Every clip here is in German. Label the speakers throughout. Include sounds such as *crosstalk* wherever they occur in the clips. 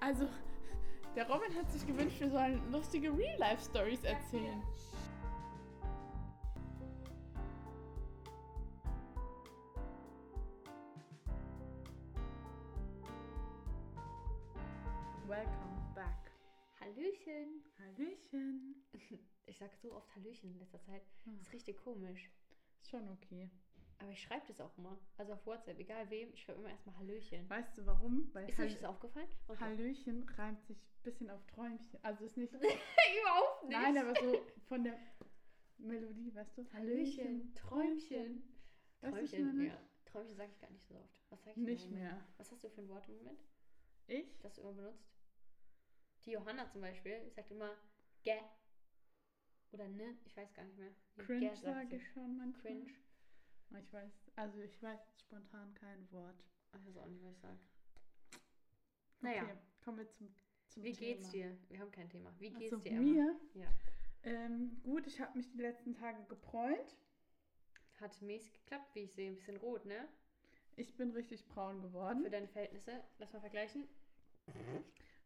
Speaker 1: Also, der Robin hat sich gewünscht, wir sollen lustige Real-Life-Stories erzählen. Welcome back.
Speaker 2: Hallöchen.
Speaker 1: Hallöchen.
Speaker 2: Ich sag so oft Hallöchen in letzter Zeit. Das ist richtig komisch.
Speaker 1: Ist schon okay.
Speaker 2: Aber ich schreibe das auch immer. Also auf WhatsApp, egal wem, ich schreibe immer erstmal Hallöchen.
Speaker 1: Weißt du warum? Weil
Speaker 2: Ist
Speaker 1: Hall-
Speaker 2: euch das aufgefallen? Okay.
Speaker 1: Hallöchen reimt sich ein bisschen auf Träumchen. Also ist nicht.
Speaker 2: Überhaupt nicht.
Speaker 1: Nein, aber so von der Melodie, weißt du?
Speaker 2: Hallöchen, Träumchen.
Speaker 1: Weißt du, was ich
Speaker 2: Träumchen,
Speaker 1: meine?
Speaker 2: ja. Träumchen sage ich gar nicht so oft. Was sag ich denn im
Speaker 1: Nicht
Speaker 2: Moment?
Speaker 1: mehr.
Speaker 2: Was hast du für ein Wort im Moment,
Speaker 1: Ich?
Speaker 2: das du immer benutzt? Die Johanna zum Beispiel sagt immer Gä. Oder ne, ich weiß gar nicht mehr. Nee,
Speaker 1: Cringe
Speaker 2: Gä sagt
Speaker 1: sage
Speaker 2: sie.
Speaker 1: ich schon manchmal.
Speaker 2: Cringe.
Speaker 1: Ich weiß, also ich weiß spontan kein Wort.
Speaker 2: Ich weiß auch nicht, was ich sage. Naja,
Speaker 1: Okay, kommen wir zum, zum
Speaker 2: wie
Speaker 1: Thema.
Speaker 2: geht's dir? Wir haben kein Thema. Wie geht's
Speaker 1: Also
Speaker 2: dir, Emma?
Speaker 1: mir?
Speaker 2: Ja.
Speaker 1: Ähm, gut, ich habe mich die letzten Tage gebräunt.
Speaker 2: Hat mäßig geklappt, wie ich sehe. Ein bisschen rot, ne?
Speaker 1: Ich bin richtig braun
Speaker 2: Für
Speaker 1: geworden.
Speaker 2: deine Verhältnisse. Lass mal vergleichen.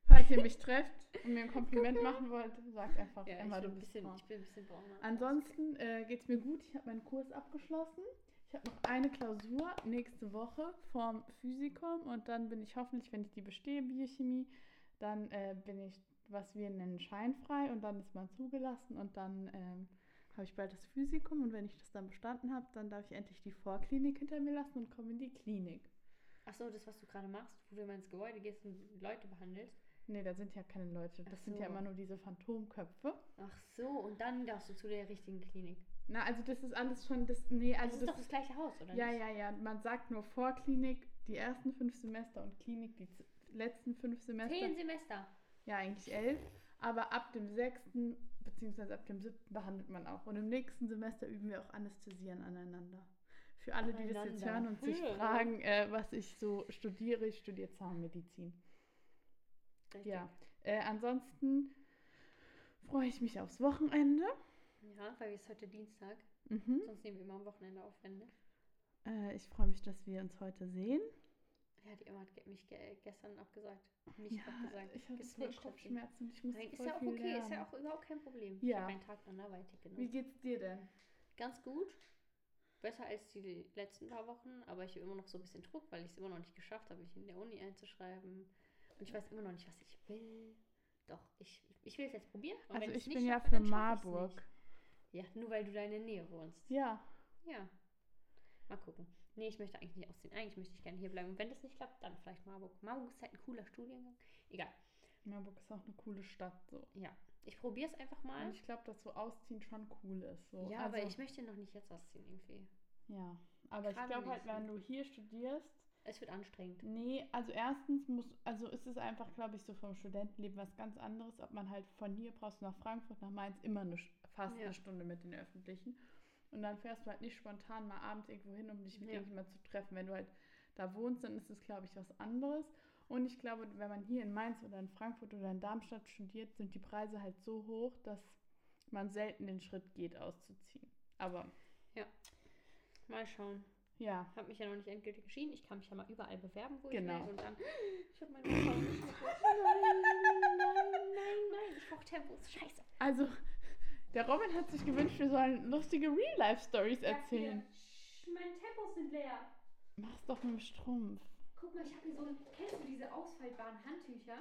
Speaker 1: Falls ihr mich trefft und mir
Speaker 2: *laughs*
Speaker 1: ein Kompliment machen wollt, sagt einfach
Speaker 2: Ja,
Speaker 1: Emma,
Speaker 2: ich,
Speaker 1: du
Speaker 2: bin ein
Speaker 1: bist
Speaker 2: bisschen,
Speaker 1: braun.
Speaker 2: ich bin ein bisschen ne? brauner.
Speaker 1: Ansonsten äh, geht es mir gut. Ich habe meinen Kurs abgeschlossen. Ich habe noch eine Klausur nächste Woche vom Physikum und dann bin ich hoffentlich, wenn ich die bestehe, Biochemie, dann äh, bin ich, was wir nennen, scheinfrei und dann ist man zugelassen und dann ähm, habe ich bald das Physikum und wenn ich das dann bestanden habe, dann darf ich endlich die Vorklinik hinter mir lassen und komme in die Klinik.
Speaker 2: Achso, das, was du gerade machst, wo du immer ins Gebäude gehst und Leute behandelst.
Speaker 1: Nee, da sind ja keine Leute. Das
Speaker 2: Ach
Speaker 1: sind ja
Speaker 2: so.
Speaker 1: immer nur diese Phantomköpfe.
Speaker 2: Ach so, und dann darfst du zu der richtigen Klinik.
Speaker 1: Na, also das ist alles schon, das, nee,
Speaker 2: Das
Speaker 1: also
Speaker 2: ist doch das gleiche Haus, oder
Speaker 1: Ja,
Speaker 2: nicht?
Speaker 1: ja, ja. Man sagt nur Vorklinik die ersten fünf Semester und Klinik die z- letzten fünf Semester.
Speaker 2: Zehn Semester.
Speaker 1: Ja, eigentlich elf. Aber ab dem sechsten bzw. ab dem siebten behandelt man auch. Und im nächsten Semester üben wir auch Anästhesieren aneinander. Für alle, die das jetzt
Speaker 2: Aneinander.
Speaker 1: hören und sich
Speaker 2: Hm.
Speaker 1: fragen, äh, was ich so studiere, ich studiere Zahnmedizin.
Speaker 2: Richtig.
Speaker 1: Ja. Äh, ansonsten freue ich mich aufs Wochenende.
Speaker 2: Ja, weil es ist heute Dienstag.
Speaker 1: Mhm.
Speaker 2: Sonst nehmen wir immer am Wochenende auf, wenn, ne?
Speaker 1: Äh, ich freue mich, dass wir uns heute sehen.
Speaker 2: Ja, die Emma hat ge- mich ge gestern auch gesagt. Mich
Speaker 1: ja,
Speaker 2: auch gesagt.
Speaker 1: ich habe voll
Speaker 2: gesnitcht hat sie.
Speaker 1: Kopfschmerzen. Ich muss
Speaker 2: Nein, ist
Speaker 1: voll
Speaker 2: ja auch
Speaker 1: viel
Speaker 2: okay, ist
Speaker 1: lernen.
Speaker 2: ja auch überhaupt kein Problem. Ich
Speaker 1: Ja.
Speaker 2: habe meinen Tag anderweitig
Speaker 1: Wie
Speaker 2: genommen.
Speaker 1: geht's dir denn?
Speaker 2: Ganz gut. Besser als die letzten paar Wochen, aber ich habe immer noch so ein bisschen Druck, weil ich es immer noch nicht geschafft habe, mich in der Uni einzuschreiben. Und ich weiß immer noch nicht, was ich will. Doch, ich, ich will es jetzt probieren. aber
Speaker 1: also
Speaker 2: wenn ich's
Speaker 1: ich
Speaker 2: nicht
Speaker 1: bin ja
Speaker 2: schaffe,
Speaker 1: für
Speaker 2: dann schaff ich's
Speaker 1: Marburg.
Speaker 2: Nicht. Ja, nur weil du da in der Nähe wohnst.
Speaker 1: Ja,
Speaker 2: Ja. Mal gucken. Nee, ich möchte eigentlich nicht ausziehen. Eigentlich möchte ich gerne hier bleiben. Und wenn das nicht klappt, dann vielleicht Marburg. Marburg ist halt ein cooler Studiengang. Egal.
Speaker 1: Marburg ist auch eine coole Stadt so.
Speaker 2: Ja. Ich probiere es einfach mal.
Speaker 1: Und ich glaube, dass so ausziehen schon cool ist. So.
Speaker 2: ja,
Speaker 1: also,
Speaker 2: aber ich möchte noch nicht jetzt ausziehen irgendwie.
Speaker 1: ja. aber ich
Speaker 2: Gerade
Speaker 1: glaube halt,
Speaker 2: nicht.
Speaker 1: wenn du hier studierst,
Speaker 2: Es wird anstrengend.
Speaker 1: nee, also erstens muss, also ist es einfach, glaube ich, so vom Studentenleben was ganz anderes, ob man halt von hier brauchst du nach Frankfurt, nach Mainz immer eine, Sch- fast
Speaker 2: Ja.
Speaker 1: eine Stunde mit den Öffentlichen. Und dann fährst du halt nicht spontan mal abends irgendwo hin, um dich mit
Speaker 2: Ja.
Speaker 1: irgendjemand zu treffen. Wenn du halt da wohnst, dann ist es, glaube ich, was anderes. Und ich glaube, wenn man hier in Mainz oder in Frankfurt oder in Darmstadt studiert, sind die Preise halt so hoch, dass man selten den Schritt geht, auszuziehen. Aber
Speaker 2: Mal schauen. *laughs*
Speaker 1: ja,
Speaker 2: habe mich ja noch nicht endgültig entschieden. Ich kann mich ja mal überall bewerben, wo
Speaker 1: Genau.
Speaker 2: ich will. Und dann, *gasps* ich habe meine Mutter nicht gefunden. Nein, nein, nein, nein. Ich brauche Tempos. Scheiße.
Speaker 1: also der Robin hat sich gewünscht, wir sollen lustige Real-Life-Stories erzählen.
Speaker 2: Meine Tempos sind leer.
Speaker 1: Mach's doch mit dem Strumpf.
Speaker 2: Guck mal, ich habe hier so ein. Kennst du diese ausfallbaren Handtücher?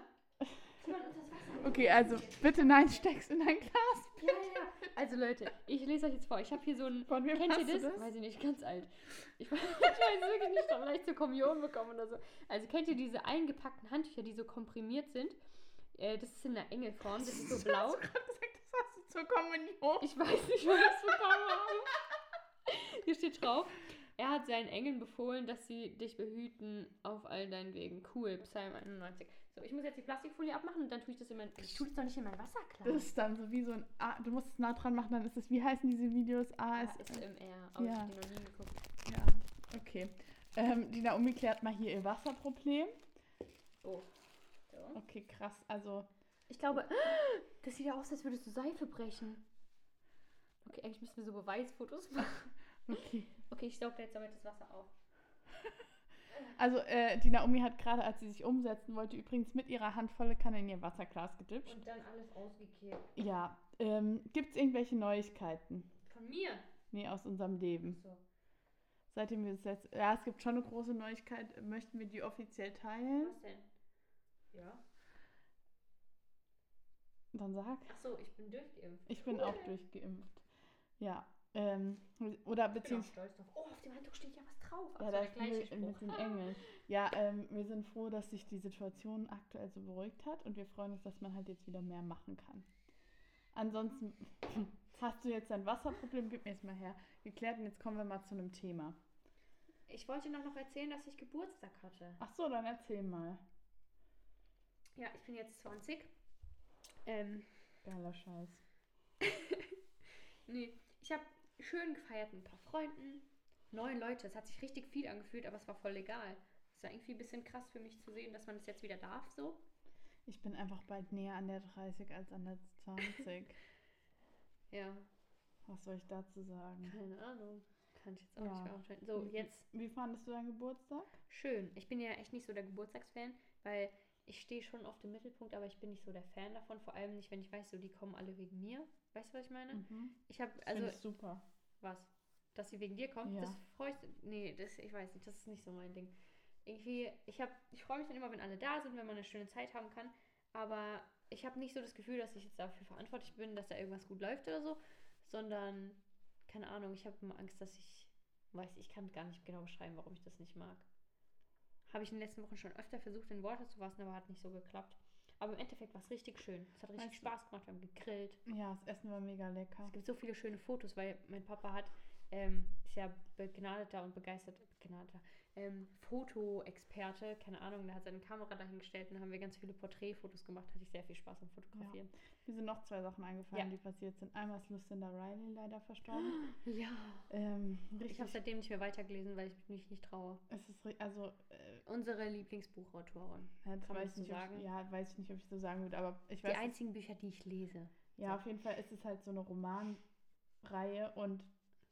Speaker 2: Die man unter das Wasser
Speaker 1: Okay, also bitte nein, steck's in ein Glas.
Speaker 2: Ja, ja, ja. Also Leute, ich lese euch jetzt vor. Ich habe hier so ein.
Speaker 1: Von
Speaker 2: *laughs*
Speaker 1: wem
Speaker 2: Kennt
Speaker 1: hast
Speaker 2: ihr das?
Speaker 1: du das?
Speaker 2: Weiß ich nicht, ganz alt. Ich *laughs* weiß, ich weiß wirklich nicht, ob vielleicht zur Kommunion bekommen oder so. Also kennt ihr diese eingepackten Handtücher, die so komprimiert sind? Äh, das ist in einer Engelform, das ist so blau.
Speaker 1: Hast du gerade gesagt, das hast du zur Kommunion.
Speaker 2: Ich weiß nicht, wo ich das bekommen habe. Hier steht drauf, er hat seinen Engeln befohlen, dass sie dich behüten auf all deinen Wegen. Cool, Psalm 91. So, ich muss jetzt die Plastikfolie abmachen und dann tue ich das in mein... Ich tue das doch nicht in mein
Speaker 1: Das
Speaker 2: Wasserglas.
Speaker 1: ist dann so wie so ein. A du musst es nah dran machen, dann ist es. Wie heißen diese Videos? AS.
Speaker 2: ASMR, aber Oh, ich
Speaker 1: Ja.
Speaker 2: habe die noch nie geguckt.
Speaker 1: Ja, okay. Ähm, die Naomi klärt mal hier ihr Wasserproblem.
Speaker 2: Oh. So.
Speaker 1: Okay, krass. Also,
Speaker 2: Ich glaube, *gasps* das sieht ja aus, als würdest du Seife brechen. Okay, eigentlich müssen wir so Beweisfotos machen.
Speaker 1: okay.
Speaker 2: Okay, ich sauge jetzt damit das Wasser auf.
Speaker 1: Also, äh, die Naomi hat gerade, als sie sich umsetzen wollte, übrigens mit ihrer Handvolle Kanne in ihr Wasserglas gedipscht.
Speaker 2: Und dann alles ausgekehrt.
Speaker 1: Ja, ähm, gibt es irgendwelche Neuigkeiten?
Speaker 2: Von mir.
Speaker 1: Nee, aus unserem Leben.
Speaker 2: So.
Speaker 1: Seitdem wir das letzte. Ja, es gibt schon eine große Neuigkeit. Möchten wir die offiziell teilen?
Speaker 2: Was denn? Ja.
Speaker 1: Dann sag.
Speaker 2: Ach so, ich bin durchgeimpft.
Speaker 1: Ich bin auch durchgeimpft. Ja. Ähm, oder
Speaker 2: Ich bin auch
Speaker 1: beziehungsweise.
Speaker 2: stolz drauf. Oh, auf dem Handtuch steht ja was drauf. Genau. Ach so,
Speaker 1: Ja, da
Speaker 2: der
Speaker 1: ist mit,
Speaker 2: gleiche
Speaker 1: mit den
Speaker 2: Spruch.
Speaker 1: Engeln. Ja, ähm, wir sind froh, dass sich die Situation aktuell so beruhigt hat und wir freuen uns, dass man halt jetzt wieder mehr machen kann. Ansonsten *clears throat* hast du jetzt dein Wasserproblem, gib mir es mal her, geklärt und jetzt kommen wir mal zu einem Thema.
Speaker 2: Ich wollte noch, noch erzählen, dass ich Geburtstag hatte.
Speaker 1: Ach so, dann erzähl mal.
Speaker 2: Ja, ich bin jetzt 20. Ähm,
Speaker 1: Geiler Scheiß.
Speaker 2: nee, ich habe schön gefeiert mit ein paar Freunden. Neun Leute, es hat sich richtig viel angefühlt, aber es war voll legal. Es war irgendwie ein bisschen krass für mich zu sehen, dass man das jetzt wieder darf so.
Speaker 1: Ich bin einfach bald näher an der 30 als an der 20. *laughs*
Speaker 2: Ja,
Speaker 1: Was soll ich dazu sagen?
Speaker 2: keine Ahnung. Kann ich jetzt auch
Speaker 1: Ja.
Speaker 2: nicht beantworten. So, jetzt
Speaker 1: Wie fandest du deinen Geburtstag?
Speaker 2: Schön. Ich bin ja echt nicht so der Geburtstagsfan, weil ich stehe schon auf dem Mittelpunkt, aber ich bin nicht so der Fan davon. Vor allem nicht, wenn ich weiß, so die kommen alle wegen mir. Weißt du, was ich meine?
Speaker 1: Mhm.
Speaker 2: Ich habe
Speaker 1: Das
Speaker 2: Ne? also
Speaker 1: find ich super.
Speaker 2: was, dass sie wegen dir kommt,
Speaker 1: Ja.
Speaker 2: das freut nee, das ich weiß nicht, das ist nicht so mein Ding. Irgendwie, ich habe, ich freue mich dann immer, wenn alle da sind, wenn man eine schöne Zeit haben kann, aber ich habe nicht so das Gefühl, dass ich jetzt dafür verantwortlich bin, dass da irgendwas gut läuft oder so, sondern keine Ahnung, ich habe immer Angst, dass ich weiß, ich kann gar nicht genau beschreiben, warum ich das nicht mag. Habe ich in den letzten Wochen schon öfter versucht, in Worte zu fassen, aber hat nicht so geklappt. Aber im Endeffekt war es richtig schön. Es hat richtig
Speaker 1: Weißt du-
Speaker 2: Spaß gemacht. Wir haben gegrillt.
Speaker 1: Ja, das Essen war mega lecker.
Speaker 2: Es gibt so viele schöne Fotos, weil mein Papa hat, ähm, ist ja begnadeter und begeistert, begnadeter, ähm, Fotoexperte, keine Ahnung, der hat seine Kamera dahingestellt und dann haben wir ganz viele Porträtfotos gemacht, hatte ich sehr viel Spaß am Fotografieren.
Speaker 1: Mir sind noch zwei Sachen eingefallen,
Speaker 2: Ja.
Speaker 1: die passiert sind. Einmal ist Lucinda Riley leider
Speaker 2: *gasps*
Speaker 1: verstorben.
Speaker 2: Ja.
Speaker 1: ähm,
Speaker 2: Ich habe
Speaker 1: richtig,
Speaker 2: seitdem nicht mehr weitergelesen, weil ich mich nicht traue.
Speaker 1: es ist, ri- also, äh,
Speaker 2: Unsere Lieblingsbuchautorin.
Speaker 1: ja, das
Speaker 2: Kann man
Speaker 1: weiß
Speaker 2: so
Speaker 1: ich nicht, ob
Speaker 2: sagen?
Speaker 1: ich, ja, weiß ich nicht, ob ich so sagen würde, aber ich
Speaker 2: Die
Speaker 1: weiß,
Speaker 2: einzigen Bücher, die ich lese.
Speaker 1: ja, auf jeden Fall ist es halt so eine Romanreihe und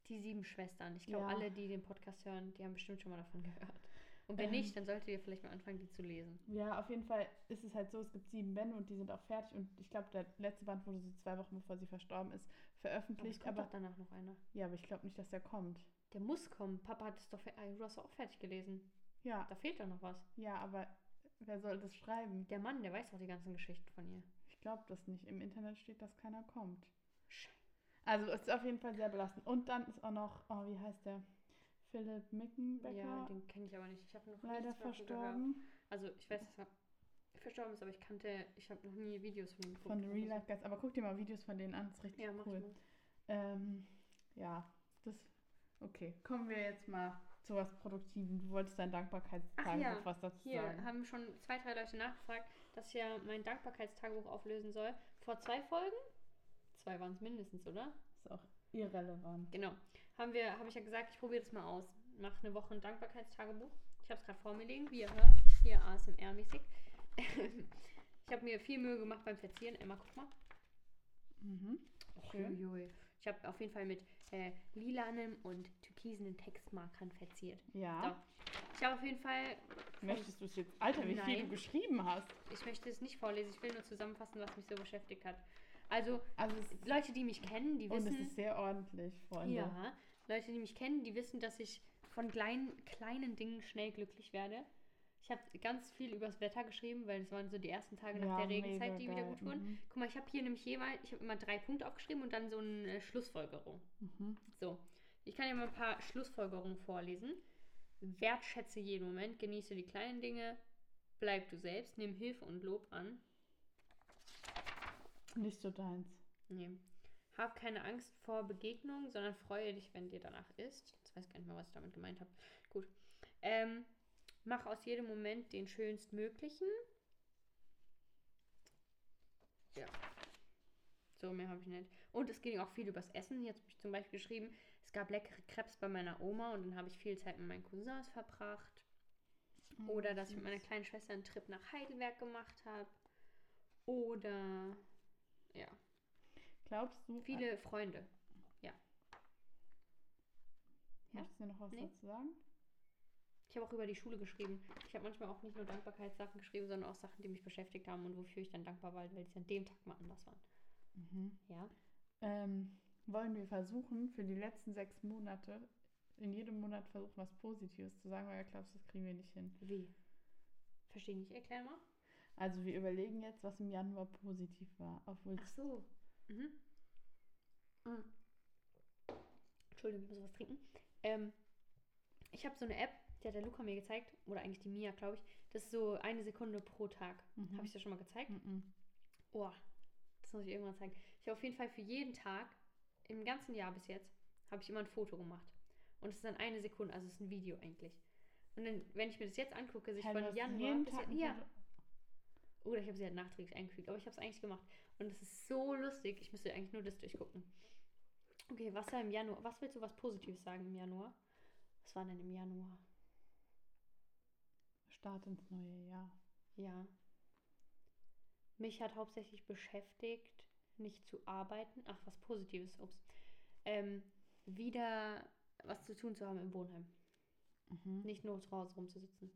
Speaker 2: Die sieben Schwestern. Ich glaube,
Speaker 1: Ja.
Speaker 2: alle, die den Podcast hören, die haben bestimmt schon mal davon gehört. Und wenn
Speaker 1: Ähm.
Speaker 2: nicht, dann solltet ihr vielleicht mal anfangen, die zu lesen.
Speaker 1: ja, auf jeden Fall ist es halt so, es gibt sieben Bände und die sind auch fertig und ich glaube, der letzte Band wurde so zwei Wochen bevor sie verstorben ist
Speaker 2: Aber es
Speaker 1: veröffentlicht,
Speaker 2: kommt
Speaker 1: aber,
Speaker 2: doch danach noch einer.
Speaker 1: ja, aber ich glaube nicht, dass der kommt.
Speaker 2: Der muss kommen. Papa hat es doch, fer- ah, du hast doch auch fertig gelesen.
Speaker 1: Ja,
Speaker 2: Da fehlt doch noch was.
Speaker 1: ja, aber wer soll das schreiben?
Speaker 2: Der Mann, der weiß doch die ganzen Geschichten von ihr.
Speaker 1: Ich glaube das nicht. Im Internet steht, dass keiner kommt.
Speaker 2: Scheiße.
Speaker 1: Also es ist auf jeden Fall sehr belastend. Und dann ist auch noch, oh, wie heißt der? Philipp Mickenbecker
Speaker 2: Ja, den kenne ich aber nicht. Ich habe noch
Speaker 1: leider
Speaker 2: nichts von ihm gehört.
Speaker 1: verstorben.
Speaker 2: Also ich weiß, dass er verstorben ist, aber ich kannte, ich habe noch nie Videos von ihm geguckt.
Speaker 1: Von Real Life Guys. Aber guck dir mal Videos von denen an, das ist richtig
Speaker 2: Ja, mach
Speaker 1: cool.
Speaker 2: ich mal.
Speaker 1: Ähm, ja, das. Okay, kommen wir jetzt mal zu was Produktivem. Du wolltest dein
Speaker 2: Ach
Speaker 1: Dankbarkeitstag
Speaker 2: ja,
Speaker 1: noch was dazu
Speaker 2: Hier
Speaker 1: sagen.
Speaker 2: haben schon zwei, drei Leute nachgefragt, dass ich ja mein Dankbarkeitstagebuch auflösen soll. Vor zwei Folgen? Zwei waren es mindestens, oder?
Speaker 1: Ist auch irrelevant.
Speaker 2: Genau. Haben wir, habe ich ja gesagt, ich probiere das mal aus. Mach eine Woche ein Dankbarkeitstagebuch. Ich habe es gerade vor mir liegen, wie ihr hört. Hier ASMR-mäßig. *laughs* ich habe mir viel Mühe gemacht beim Verzieren. Emma, guck mal.
Speaker 1: Mhm. Schön.
Speaker 2: Uiuiui. Ich habe auf jeden Fall mit äh, lilanen und türkisenen Textmarkern verziert.
Speaker 1: Ja.
Speaker 2: Ich habe auf jeden Fall,
Speaker 1: Möchtest du es jetzt. Alter, wie viel
Speaker 2: Nein.
Speaker 1: du geschrieben hast.
Speaker 2: ich möchte es nicht vorlesen, ich will nur zusammenfassen, was mich so beschäftigt hat. Also,
Speaker 1: Also es ist,
Speaker 2: Leute, die mich kennen, die
Speaker 1: und
Speaker 2: wissen.
Speaker 1: es ist sehr ordentlich, Freunde.
Speaker 2: Ja, Leute, die mich kennen, die wissen, dass ich von kleinen, kleinen Dingen schnell glücklich werde. Ich habe ganz viel übers Wetter geschrieben, weil es waren so die ersten Tage nach der Regenzeit,
Speaker 1: mega
Speaker 2: die wieder
Speaker 1: geil.
Speaker 2: gut wurden.
Speaker 1: Mhm.
Speaker 2: Guck mal, ich habe hier nämlich jeweils, ich habe immer drei Punkte aufgeschrieben und dann so eine äh, Schlussfolgerung.
Speaker 1: Mhm.
Speaker 2: So, ich kann dir mal ein paar Schlussfolgerungen vorlesen. Wertschätze jeden Moment, genieße die kleinen Dinge, bleib du selbst, nimm Hilfe und Lob an.
Speaker 1: Nicht so deins.
Speaker 2: Nee. Hab keine Angst vor Begegnungen, sondern freue dich, wenn dir danach ist. Jetzt weiß gar nicht mehr, was ich damit gemeint habe. Gut. Ähm, mach aus jedem Moment den schönstmöglichen. Ja. So, mehr habe ich nicht. Und es ging auch viel übers Essen. Jetzt habe ich zum Beispiel geschrieben, es gab leckere Krebs bei meiner Oma und dann habe ich viel Zeit mit meinen Cousins verbracht. Oder
Speaker 1: Mhm.
Speaker 2: dass ich mit meiner kleinen Schwester einen Trip nach Heidelberg gemacht habe. Oder ja.
Speaker 1: Glaubst du, äh,
Speaker 2: Viele Freunde. Ja.
Speaker 1: Möchtest du noch was
Speaker 2: Nee.
Speaker 1: dazu sagen?
Speaker 2: Ich habe auch über die Schule geschrieben. Ich habe manchmal auch nicht nur Dankbarkeitssachen geschrieben, sondern auch Sachen, die mich beschäftigt haben und wofür ich dann dankbar war, weil die an dem Tag mal anders waren.
Speaker 1: Mhm.
Speaker 2: Ja.
Speaker 1: Ähm, wollen wir versuchen, für die letzten sechs Monate, in jedem Monat versuchen, was Positives zu sagen, weil du glaubst, das kriegen wir nicht hin.
Speaker 2: Wie? Verstehe nicht. Erklär mal.
Speaker 1: Also wir überlegen jetzt, was im Januar positiv war. Obwohl
Speaker 2: Ach so. Mhm. Mhm. Entschuldigung, ich muss was trinken. Ähm, ich habe so eine App, die hat der Luca mir gezeigt, oder eigentlich die Mia, glaube ich. Das ist so eine Sekunde pro Tag.
Speaker 1: Mhm.
Speaker 2: Habe ich dir schon mal gezeigt?
Speaker 1: Mhm.
Speaker 2: Oh, das muss ich irgendwann zeigen. Ich habe auf jeden Fall für jeden Tag, im ganzen Jahr bis jetzt, habe ich immer ein Foto gemacht. Und es ist dann eine Sekunde, also es ist ein Video eigentlich. Und dann, wenn Also ich mir das jetzt angucke, sich
Speaker 1: Hey, du
Speaker 2: von
Speaker 1: hast
Speaker 2: Januar
Speaker 1: jeden
Speaker 2: bis
Speaker 1: Tag
Speaker 2: jetzt,
Speaker 1: ein
Speaker 2: ja,
Speaker 1: Foto-
Speaker 2: oder ich habe sie halt nachträglich eingefügt, aber ich habe es eigentlich gemacht. Und es ist so lustig. Ich müsste eigentlich nur das durchgucken. Okay, was war im Januar? Was willst du was Positives sagen im Januar? Was war denn im Januar?
Speaker 1: Start ins neue Jahr.
Speaker 2: Ja. Mich hat hauptsächlich beschäftigt, nicht zu arbeiten. Ach, was Positives, ups. Ähm, wieder was zu tun zu haben im Wohnheim.
Speaker 1: Mhm.
Speaker 2: Nicht nur zu Hause rumzusitzen.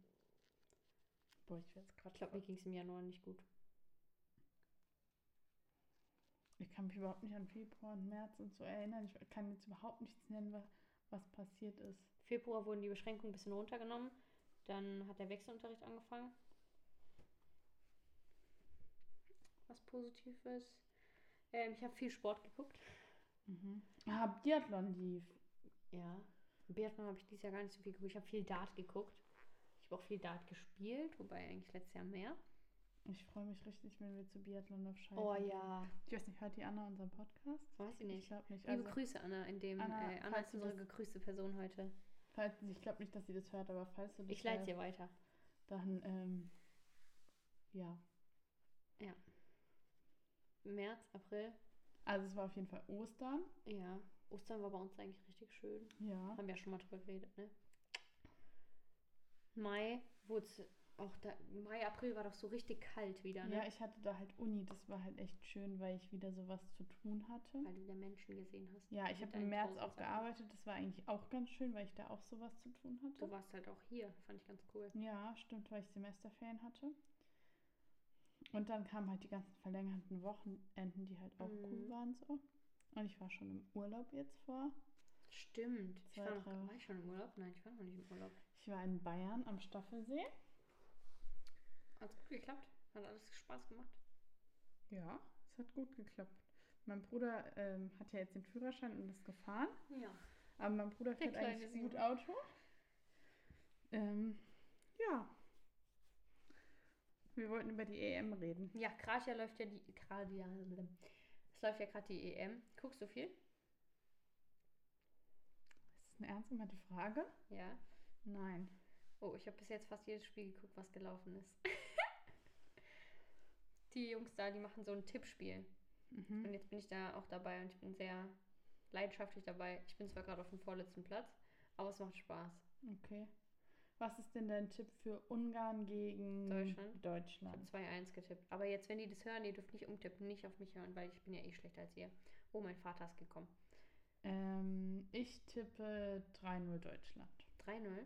Speaker 1: Boah, ich werde
Speaker 2: Ich glaube, mir ging es im Januar nicht gut.
Speaker 1: Ich kann mich überhaupt nicht an Februar und März und so erinnern. Ich kann jetzt überhaupt nichts nennen, was, was passiert ist.
Speaker 2: Februar wurden die Beschränkungen ein bisschen runtergenommen. Dann hat der Wechselunterricht angefangen. Was Positives. Ähm, ich habe viel Sport geguckt.
Speaker 1: Mhm. Ah, Biathlon lief.
Speaker 2: Ja. Biathlon habe ich dieses Jahr gar nicht so viel geguckt. Ich habe viel Dart geguckt. Ich habe auch viel Dart gespielt, wobei eigentlich letztes Jahr mehr.
Speaker 1: Ich freue mich richtig, wenn wir zu Biathlon auf Scheiben.
Speaker 2: Oh ja.
Speaker 1: Ich weiß nicht, hört die Anna unseren Podcast?
Speaker 2: Weiß ich
Speaker 1: Ich
Speaker 2: nicht.
Speaker 1: glaube nicht.
Speaker 2: Liebe
Speaker 1: Also,
Speaker 2: Grüße, Anna, in dem.
Speaker 1: Anna,
Speaker 2: äh, Anna
Speaker 1: falls
Speaker 2: ist
Speaker 1: du
Speaker 2: unsere
Speaker 1: das-
Speaker 2: gegrüßte Person heute.
Speaker 1: falls, ich glaube nicht, dass sie das hört, aber falls du das
Speaker 2: Ich leite
Speaker 1: hörst,
Speaker 2: ihr weiter.
Speaker 1: dann ähm, ja.
Speaker 2: März, April.
Speaker 1: Also es war auf jeden Fall Ostern.
Speaker 2: Ja. Ostern war bei uns eigentlich richtig schön.
Speaker 1: Ja.
Speaker 2: Haben wir ja schon mal drüber geredet, ne? Mai wurde auch da, Mai, April war doch so richtig kalt wieder, ne?
Speaker 1: Ja, ich hatte da halt Uni. Das war halt echt schön, weil ich wieder sowas zu tun hatte.
Speaker 2: Weil du wieder Menschen gesehen hast.
Speaker 1: Ja,
Speaker 2: Halt
Speaker 1: ich
Speaker 2: Mit
Speaker 1: habe im März
Speaker 2: 1000
Speaker 1: auch
Speaker 2: Sachen.
Speaker 1: gearbeitet. Das war eigentlich auch ganz schön, weil ich da auch sowas zu tun
Speaker 2: Du
Speaker 1: hatte.
Speaker 2: warst halt auch hier, fand ich ganz cool.
Speaker 1: Ja, stimmt, weil ich Semesterferien hatte. Und dann kamen halt die ganzen verlängerten Wochenenden, die halt auch cool
Speaker 2: Mhm.
Speaker 1: waren so. Und ich war schon im Urlaub jetzt vor.
Speaker 2: Stimmt. Ich
Speaker 1: Zwei,
Speaker 2: war, noch,
Speaker 1: drei Wochen.
Speaker 2: war ich schon im Urlaub? Nein, ich war noch nicht im Urlaub.
Speaker 1: Ich war in Bayern am Staffelsee.
Speaker 2: Hat's gut geklappt? Hat alles Spaß gemacht?
Speaker 1: Ja, es hat gut geklappt. Mein Bruder ähm, hat ja jetzt den Führerschein und ist gefahren.
Speaker 2: Ja.
Speaker 1: Aber mein Bruder
Speaker 2: Der
Speaker 1: fährt
Speaker 2: kleine
Speaker 1: eigentlich
Speaker 2: Simon.
Speaker 1: gut Auto. Ähm, ja. Wir wollten über die EM reden.
Speaker 2: Ja, gerade ja läuft ja die. Gerade ja. Es läuft ja gerade die EM. Guckst du viel?
Speaker 1: Ist das eine ernst gemeinte Frage?
Speaker 2: Ja.
Speaker 1: Nein.
Speaker 2: Oh, ich habe bis jetzt fast jedes Spiel geguckt, was gelaufen ist. *laughs* die Jungs da, die machen so ein Tippspiel. Und
Speaker 1: Mhm.
Speaker 2: jetzt bin ich da auch dabei und ich bin sehr leidenschaftlich dabei. Ich bin zwar gerade auf dem vorletzten Platz, aber es macht Spaß.
Speaker 1: Okay. Was ist denn dein Tipp für Ungarn gegen
Speaker 2: Deutschland? Ich habe
Speaker 1: Deutschland?
Speaker 2: 2-1 getippt. Aber jetzt, wenn die das hören, ihr dürft nicht umtippen, nicht auf mich hören, weil ich bin ja eh schlechter als ihr. Oh, mein Vater ist gekommen.
Speaker 1: Ähm, ich tippe 3-0 Deutschland.
Speaker 2: 3-0.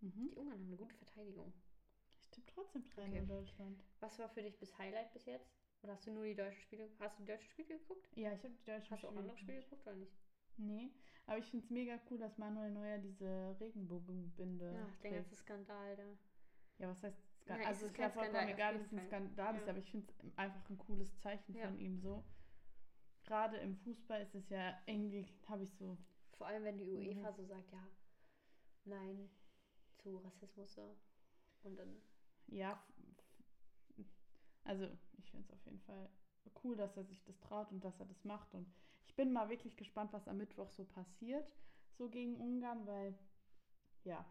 Speaker 1: Mhm.
Speaker 2: Die Ungarn haben eine gute Verteidigung.
Speaker 1: Ich tippe trotzdem 3-0
Speaker 2: Okay.
Speaker 1: Deutschland.
Speaker 2: Was war für dich bis Highlight bis jetzt? Oder hast du nur die deutschen Spiele? Hast du die deutschen Spiele geguckt?
Speaker 1: Ja, ich habe die deutschen
Speaker 2: Hast du auch andere Spiele
Speaker 1: Spiele
Speaker 2: geguckt oder nicht?
Speaker 1: Nee, aber ich finde es mega cool, dass Manuel Neuer diese Regenbogenbinde
Speaker 2: Ach, der
Speaker 1: trägt.
Speaker 2: ganze Skandal da.
Speaker 1: Ja, was heißt Skandal?
Speaker 2: Nein,
Speaker 1: also
Speaker 2: es
Speaker 1: es
Speaker 2: ist
Speaker 1: ist ja
Speaker 2: kein Skandal,
Speaker 1: vollkommen
Speaker 2: auf
Speaker 1: egal,
Speaker 2: jeden
Speaker 1: dass es ein
Speaker 2: Fall.
Speaker 1: Skandal ist,
Speaker 2: Ja.
Speaker 1: aber ich finde es einfach ein cooles Zeichen
Speaker 2: Ja.
Speaker 1: von ihm so. Gerade im Fußball ist es ja irgendwie, habe ich so,
Speaker 2: Vor allem, wenn die UEFA
Speaker 1: Ja.
Speaker 2: so sagt, ja, nein zu Rassismus. So. Und dann
Speaker 1: ja, f- f- also ich finde es auf jeden Fall cool, dass er sich das traut und dass er das macht. Und ich bin mal wirklich gespannt, was am Mittwoch so passiert, so gegen Ungarn, weil, ja,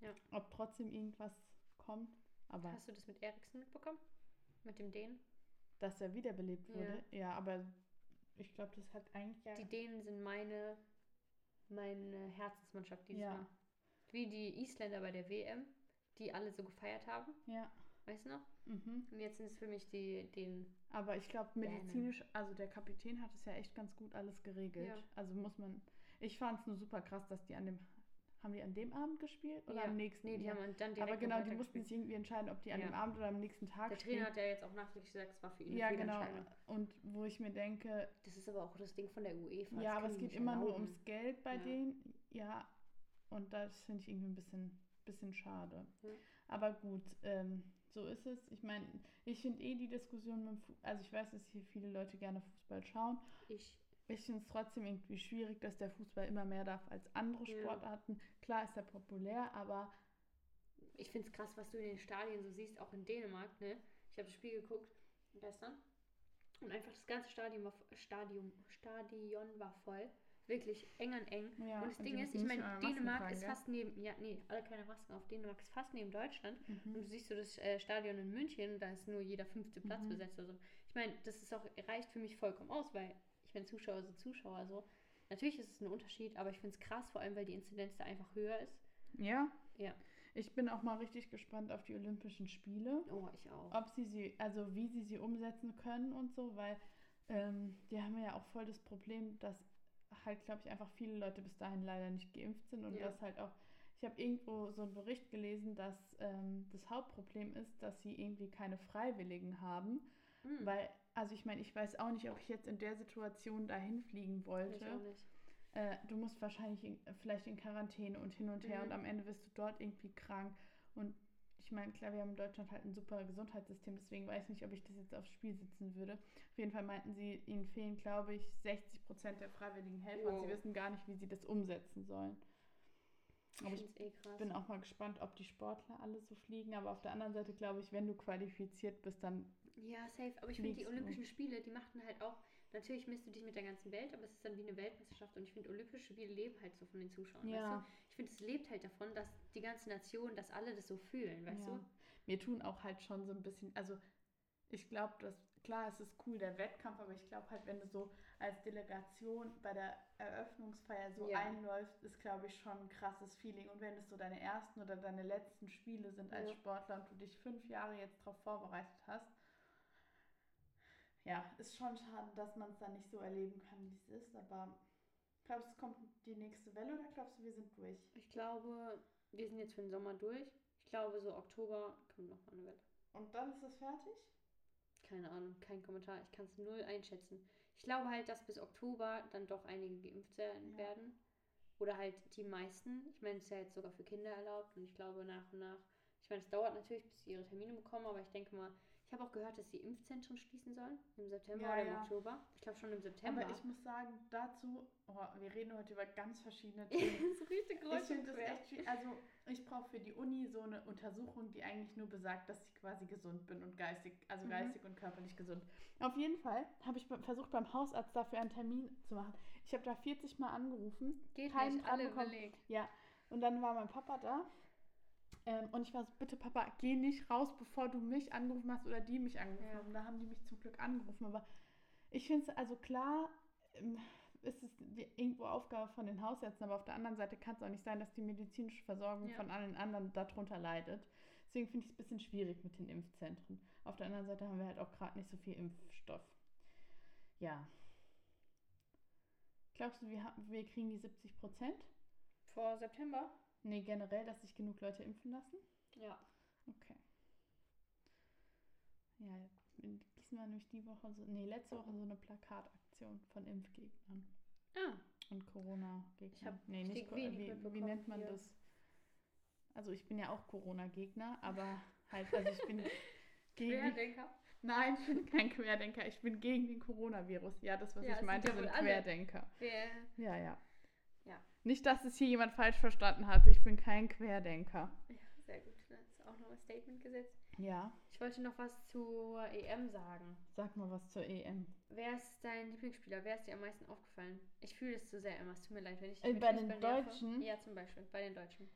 Speaker 2: Ja.
Speaker 1: ob trotzdem irgendwas kommt, aber...
Speaker 2: Hast du das mit Eriksen mitbekommen? Mit dem Dänen?
Speaker 1: dass er wiederbelebt
Speaker 2: Ja.
Speaker 1: wurde. Ja, aber ich glaube, das hat eigentlich ja.
Speaker 2: Die Dänen sind meine, meine Herzensmannschaft dieses
Speaker 1: Ja.
Speaker 2: Jahr. Wie die Isländer bei der WM, die alle so gefeiert haben,
Speaker 1: ja.
Speaker 2: weißt du noch?
Speaker 1: Mhm.
Speaker 2: Und jetzt sind es für mich die Dänen.
Speaker 1: Aber ich glaube,
Speaker 2: Ja, nein.
Speaker 1: medizinisch, also der Kapitän hat es ja echt ganz gut alles geregelt.
Speaker 2: Ja.
Speaker 1: Also muss man. Ich fand es nur super krass, dass die an dem Haben die an dem Abend gespielt oder
Speaker 2: Ja.
Speaker 1: am nächsten?
Speaker 2: Nee, die
Speaker 1: Ja.
Speaker 2: haben dann direkt
Speaker 1: Aber
Speaker 2: am
Speaker 1: genau, die
Speaker 2: Freitag
Speaker 1: mussten
Speaker 2: gespielt.
Speaker 1: sich irgendwie entscheiden, ob die an
Speaker 2: Ja.
Speaker 1: dem Abend oder am nächsten Tag
Speaker 2: Der Trainer
Speaker 1: spielen.
Speaker 2: hat ja jetzt auch nachträglich gesagt, es war für ihn
Speaker 1: Ja,
Speaker 2: eine
Speaker 1: genau.
Speaker 2: Fehlentscheidung.
Speaker 1: Und wo ich mir denke,
Speaker 2: Das ist aber auch das Ding von der UEFA. das
Speaker 1: ja, aber
Speaker 2: können
Speaker 1: es
Speaker 2: die
Speaker 1: geht
Speaker 2: nicht
Speaker 1: immer nur
Speaker 2: erlauben.
Speaker 1: ums Geld bei
Speaker 2: Ja.
Speaker 1: denen. Ja, und das finde ich irgendwie ein bisschen, bisschen schade.
Speaker 2: Ja.
Speaker 1: Aber gut, ähm, so ist es. Ich meine, ich finde eh die Diskussion mit dem Fu also ich weiß, dass hier viele Leute gerne Fußball schauen.
Speaker 2: Ich,
Speaker 1: Ich finde es trotzdem irgendwie schwierig, dass der Fußball immer mehr darf als andere
Speaker 2: Ja.
Speaker 1: Sportarten. Klar ist er populär, aber
Speaker 2: ich finde es krass, was du in den Stadien so siehst, auch in Dänemark, ne? Ich habe das Spiel geguckt gestern und einfach das ganze Stadion war, vo- Stadion, Stadion war voll. Wirklich eng an eng.
Speaker 1: ja.
Speaker 2: und das
Speaker 1: und die
Speaker 2: Ding ist, ich
Speaker 1: müssen nicht
Speaker 2: meine,
Speaker 1: mal Masken
Speaker 2: Dänemark
Speaker 1: tragen,
Speaker 2: ist
Speaker 1: gell?
Speaker 2: fast neben, ja, nee, alle keine Masken auf. Dänemark ist fast neben Deutschland. Und du
Speaker 1: Mhm.
Speaker 2: siehst so das äh, Stadion in München, da ist nur jeder fünfte Platz
Speaker 1: Mhm.
Speaker 2: besetzt oder so. Ich meine, das ist auch, reicht für mich vollkommen aus, weil ich meine, Zuschauer sind Zuschauer so. Natürlich ist es ein Unterschied, aber ich finde es krass, vor allem, weil die Inzidenz da einfach höher ist.
Speaker 1: Ja.
Speaker 2: Ja.
Speaker 1: Ich bin auch mal richtig gespannt auf die Olympischen Spiele.
Speaker 2: Oh, ich auch.
Speaker 1: ob sie sie, also wie sie sie umsetzen können und so, weil ähm, die haben ja auch voll das Problem, dass halt, glaube ich, einfach viele Leute bis dahin leider nicht geimpft sind und
Speaker 2: Ja.
Speaker 1: dass halt auch, ich habe irgendwo so einen Bericht gelesen, dass ähm, das Hauptproblem ist, dass sie irgendwie keine Freiwilligen haben,
Speaker 2: Hm,
Speaker 1: weil, also ich meine, ich weiß auch nicht, ob ich jetzt in der Situation dahin fliegen
Speaker 2: ich auch
Speaker 1: wollte.
Speaker 2: nicht.
Speaker 1: Äh, du musst wahrscheinlich in, vielleicht in Quarantäne und hin und her
Speaker 2: Mhm.
Speaker 1: und am Ende wirst du dort irgendwie krank und ich meine, klar, wir haben in Deutschland halt ein super Gesundheitssystem, deswegen weiß ich nicht, ob ich das jetzt aufs Spiel setzen würde. Auf jeden Fall meinten sie, ihnen fehlen, glaube ich, 60 Prozent der freiwilligen Helfer und sie
Speaker 2: Wow.
Speaker 1: wissen gar nicht, wie sie das umsetzen sollen. Aber
Speaker 2: Ich
Speaker 1: ich
Speaker 2: finde es eh krass.
Speaker 1: bin auch mal gespannt, ob die Sportler alle so fliegen, aber auf der anderen Seite glaube ich, wenn du qualifiziert bist, dann
Speaker 2: Ja, safe. Aber ich finde, die
Speaker 1: Liegst du.
Speaker 2: Olympischen Spiele, die machten halt auch, natürlich misst du dich mit der ganzen Welt, aber es ist dann wie eine Weltmeisterschaft und ich finde, Olympische Spiele leben halt so von den Zuschauern. Weißt du?
Speaker 1: ja,
Speaker 2: Ich finde, es lebt halt davon, dass die ganze Nation, dass alle das so fühlen, weißt
Speaker 1: ja.
Speaker 2: du?
Speaker 1: Mir tun auch halt schon so ein bisschen, also ich glaube, dass klar, es ist cool der Wettkampf, aber ich glaube halt, wenn du so als Delegation bei der Eröffnungsfeier so
Speaker 2: Ja.
Speaker 1: einläufst, ist glaube ich schon ein krasses Feeling. Und wenn es so deine ersten oder deine letzten Spiele sind als
Speaker 2: Ja.
Speaker 1: Sportler und du dich fünf Jahre jetzt darauf vorbereitet hast, ja, ist schon schade, dass man es dann nicht so erleben kann, wie es ist. Aber glaubst du, es kommt die nächste Welle oder glaubst du, wir sind durch?
Speaker 2: Ich glaube, wir sind jetzt für den Sommer durch. Ich glaube, so Oktober kommt nochmal eine Welle.
Speaker 1: Und dann ist es fertig?
Speaker 2: Keine Ahnung, kein Kommentar. Ich kann es null einschätzen. Ich glaube halt, dass bis Oktober dann doch einige geimpft werden
Speaker 1: Ja.
Speaker 2: werden. Oder halt die meisten. Ich meine, es ist ja jetzt sogar für Kinder erlaubt. Und ich glaube, nach und nach. Ich meine, es dauert natürlich, bis sie ihre Termine bekommen. Aber ich denke mal, ich habe auch gehört, dass die Impfzentren schließen sollen. Im September
Speaker 1: Ja,
Speaker 2: oder im
Speaker 1: ja.
Speaker 2: Oktober. Ich glaube schon im September. *laughs*
Speaker 1: Aber ich *laughs* muss sagen, dazu, oh, wir reden heute über
Speaker 2: *laughs*
Speaker 1: ganz verschiedene Themen.
Speaker 2: so richtig
Speaker 1: ich
Speaker 2: groß.
Speaker 1: finde das echt schwierig. Also, ich brauche für die Uni so eine Untersuchung, die eigentlich nur besagt, dass ich quasi gesund bin und geistig, also
Speaker 2: Mhm.
Speaker 1: geistig und körperlich gesund. Auf jeden Fall habe ich be- versucht, beim Hausarzt dafür einen Termin zu machen. Ich habe da 40 Mal angerufen
Speaker 2: Geht
Speaker 1: keinen
Speaker 2: nicht,
Speaker 1: dran
Speaker 2: alle
Speaker 1: bekommen.
Speaker 2: überlegt.
Speaker 1: und dann war mein Papa da. Ähm, und ich war so, bitte Papa, geh nicht raus, bevor du mich angerufen hast oder die mich angerufen
Speaker 2: Ja.
Speaker 1: haben. Da haben die mich zum Glück angerufen. Aber ich finde es, also klar, ähm, ist es die, irgendwo Aufgabe von den Hausärzten, aber auf der anderen Seite kann es auch nicht sein, dass die medizinische Versorgung
Speaker 2: Ja.
Speaker 1: von allen anderen darunter leidet. Deswegen finde ich es ein bisschen schwierig mit den Impfzentren. Auf der anderen Seite haben wir halt auch gerade nicht so viel Impfstoff. Ja. Glaubst du, wir, ha- wir kriegen die 70 Prozent?
Speaker 2: Vor September?
Speaker 1: Nee, generell, dass sich genug Leute impfen lassen?
Speaker 2: Ja.
Speaker 1: Okay. Ja, in Gießen war nämlich die Woche, so, nee, letzte Woche so eine Plakataktion von Impfgegnern
Speaker 2: Ah,
Speaker 1: und Corona-Gegnern.
Speaker 2: Ich hab
Speaker 1: nee,
Speaker 2: richtig
Speaker 1: Co-
Speaker 2: wenig
Speaker 1: wie, wie
Speaker 2: mitbekommen
Speaker 1: nennt man
Speaker 2: hier.
Speaker 1: das? Also ich bin ja auch Corona-Gegner, aber halt,
Speaker 2: *laughs*
Speaker 1: also ich bin gegen... Die,
Speaker 2: Querdenker.
Speaker 1: nein, ich bin kein Querdenker, ich bin gegen den Coronavirus. Ja, das, was
Speaker 2: Ja,
Speaker 1: ich
Speaker 2: sind
Speaker 1: meinte,
Speaker 2: ja wohl
Speaker 1: sind
Speaker 2: alle.
Speaker 1: Querdenker.
Speaker 2: Wer-
Speaker 1: Ja, ja.
Speaker 2: Ja.
Speaker 1: Nicht, dass es hier jemand falsch verstanden hat. Ich bin kein Querdenker.
Speaker 2: Ja, sehr gut. Da ist auch noch ein Statement gesetzt.
Speaker 1: Ja.
Speaker 2: Ich wollte noch was zur EM sagen.
Speaker 1: Sag mal was zur E EM.
Speaker 2: Wer ist dein Lieblingsspieler? Wer ist dir am meisten aufgefallen? Ich fühle es zu sehr, Emma. Es tut mir leid, wenn ich
Speaker 1: Äh,
Speaker 2: mit
Speaker 1: bei den
Speaker 2: Fußball nerve.
Speaker 1: Deutschen?
Speaker 2: Ja, zum Beispiel. Bei den Deutschen.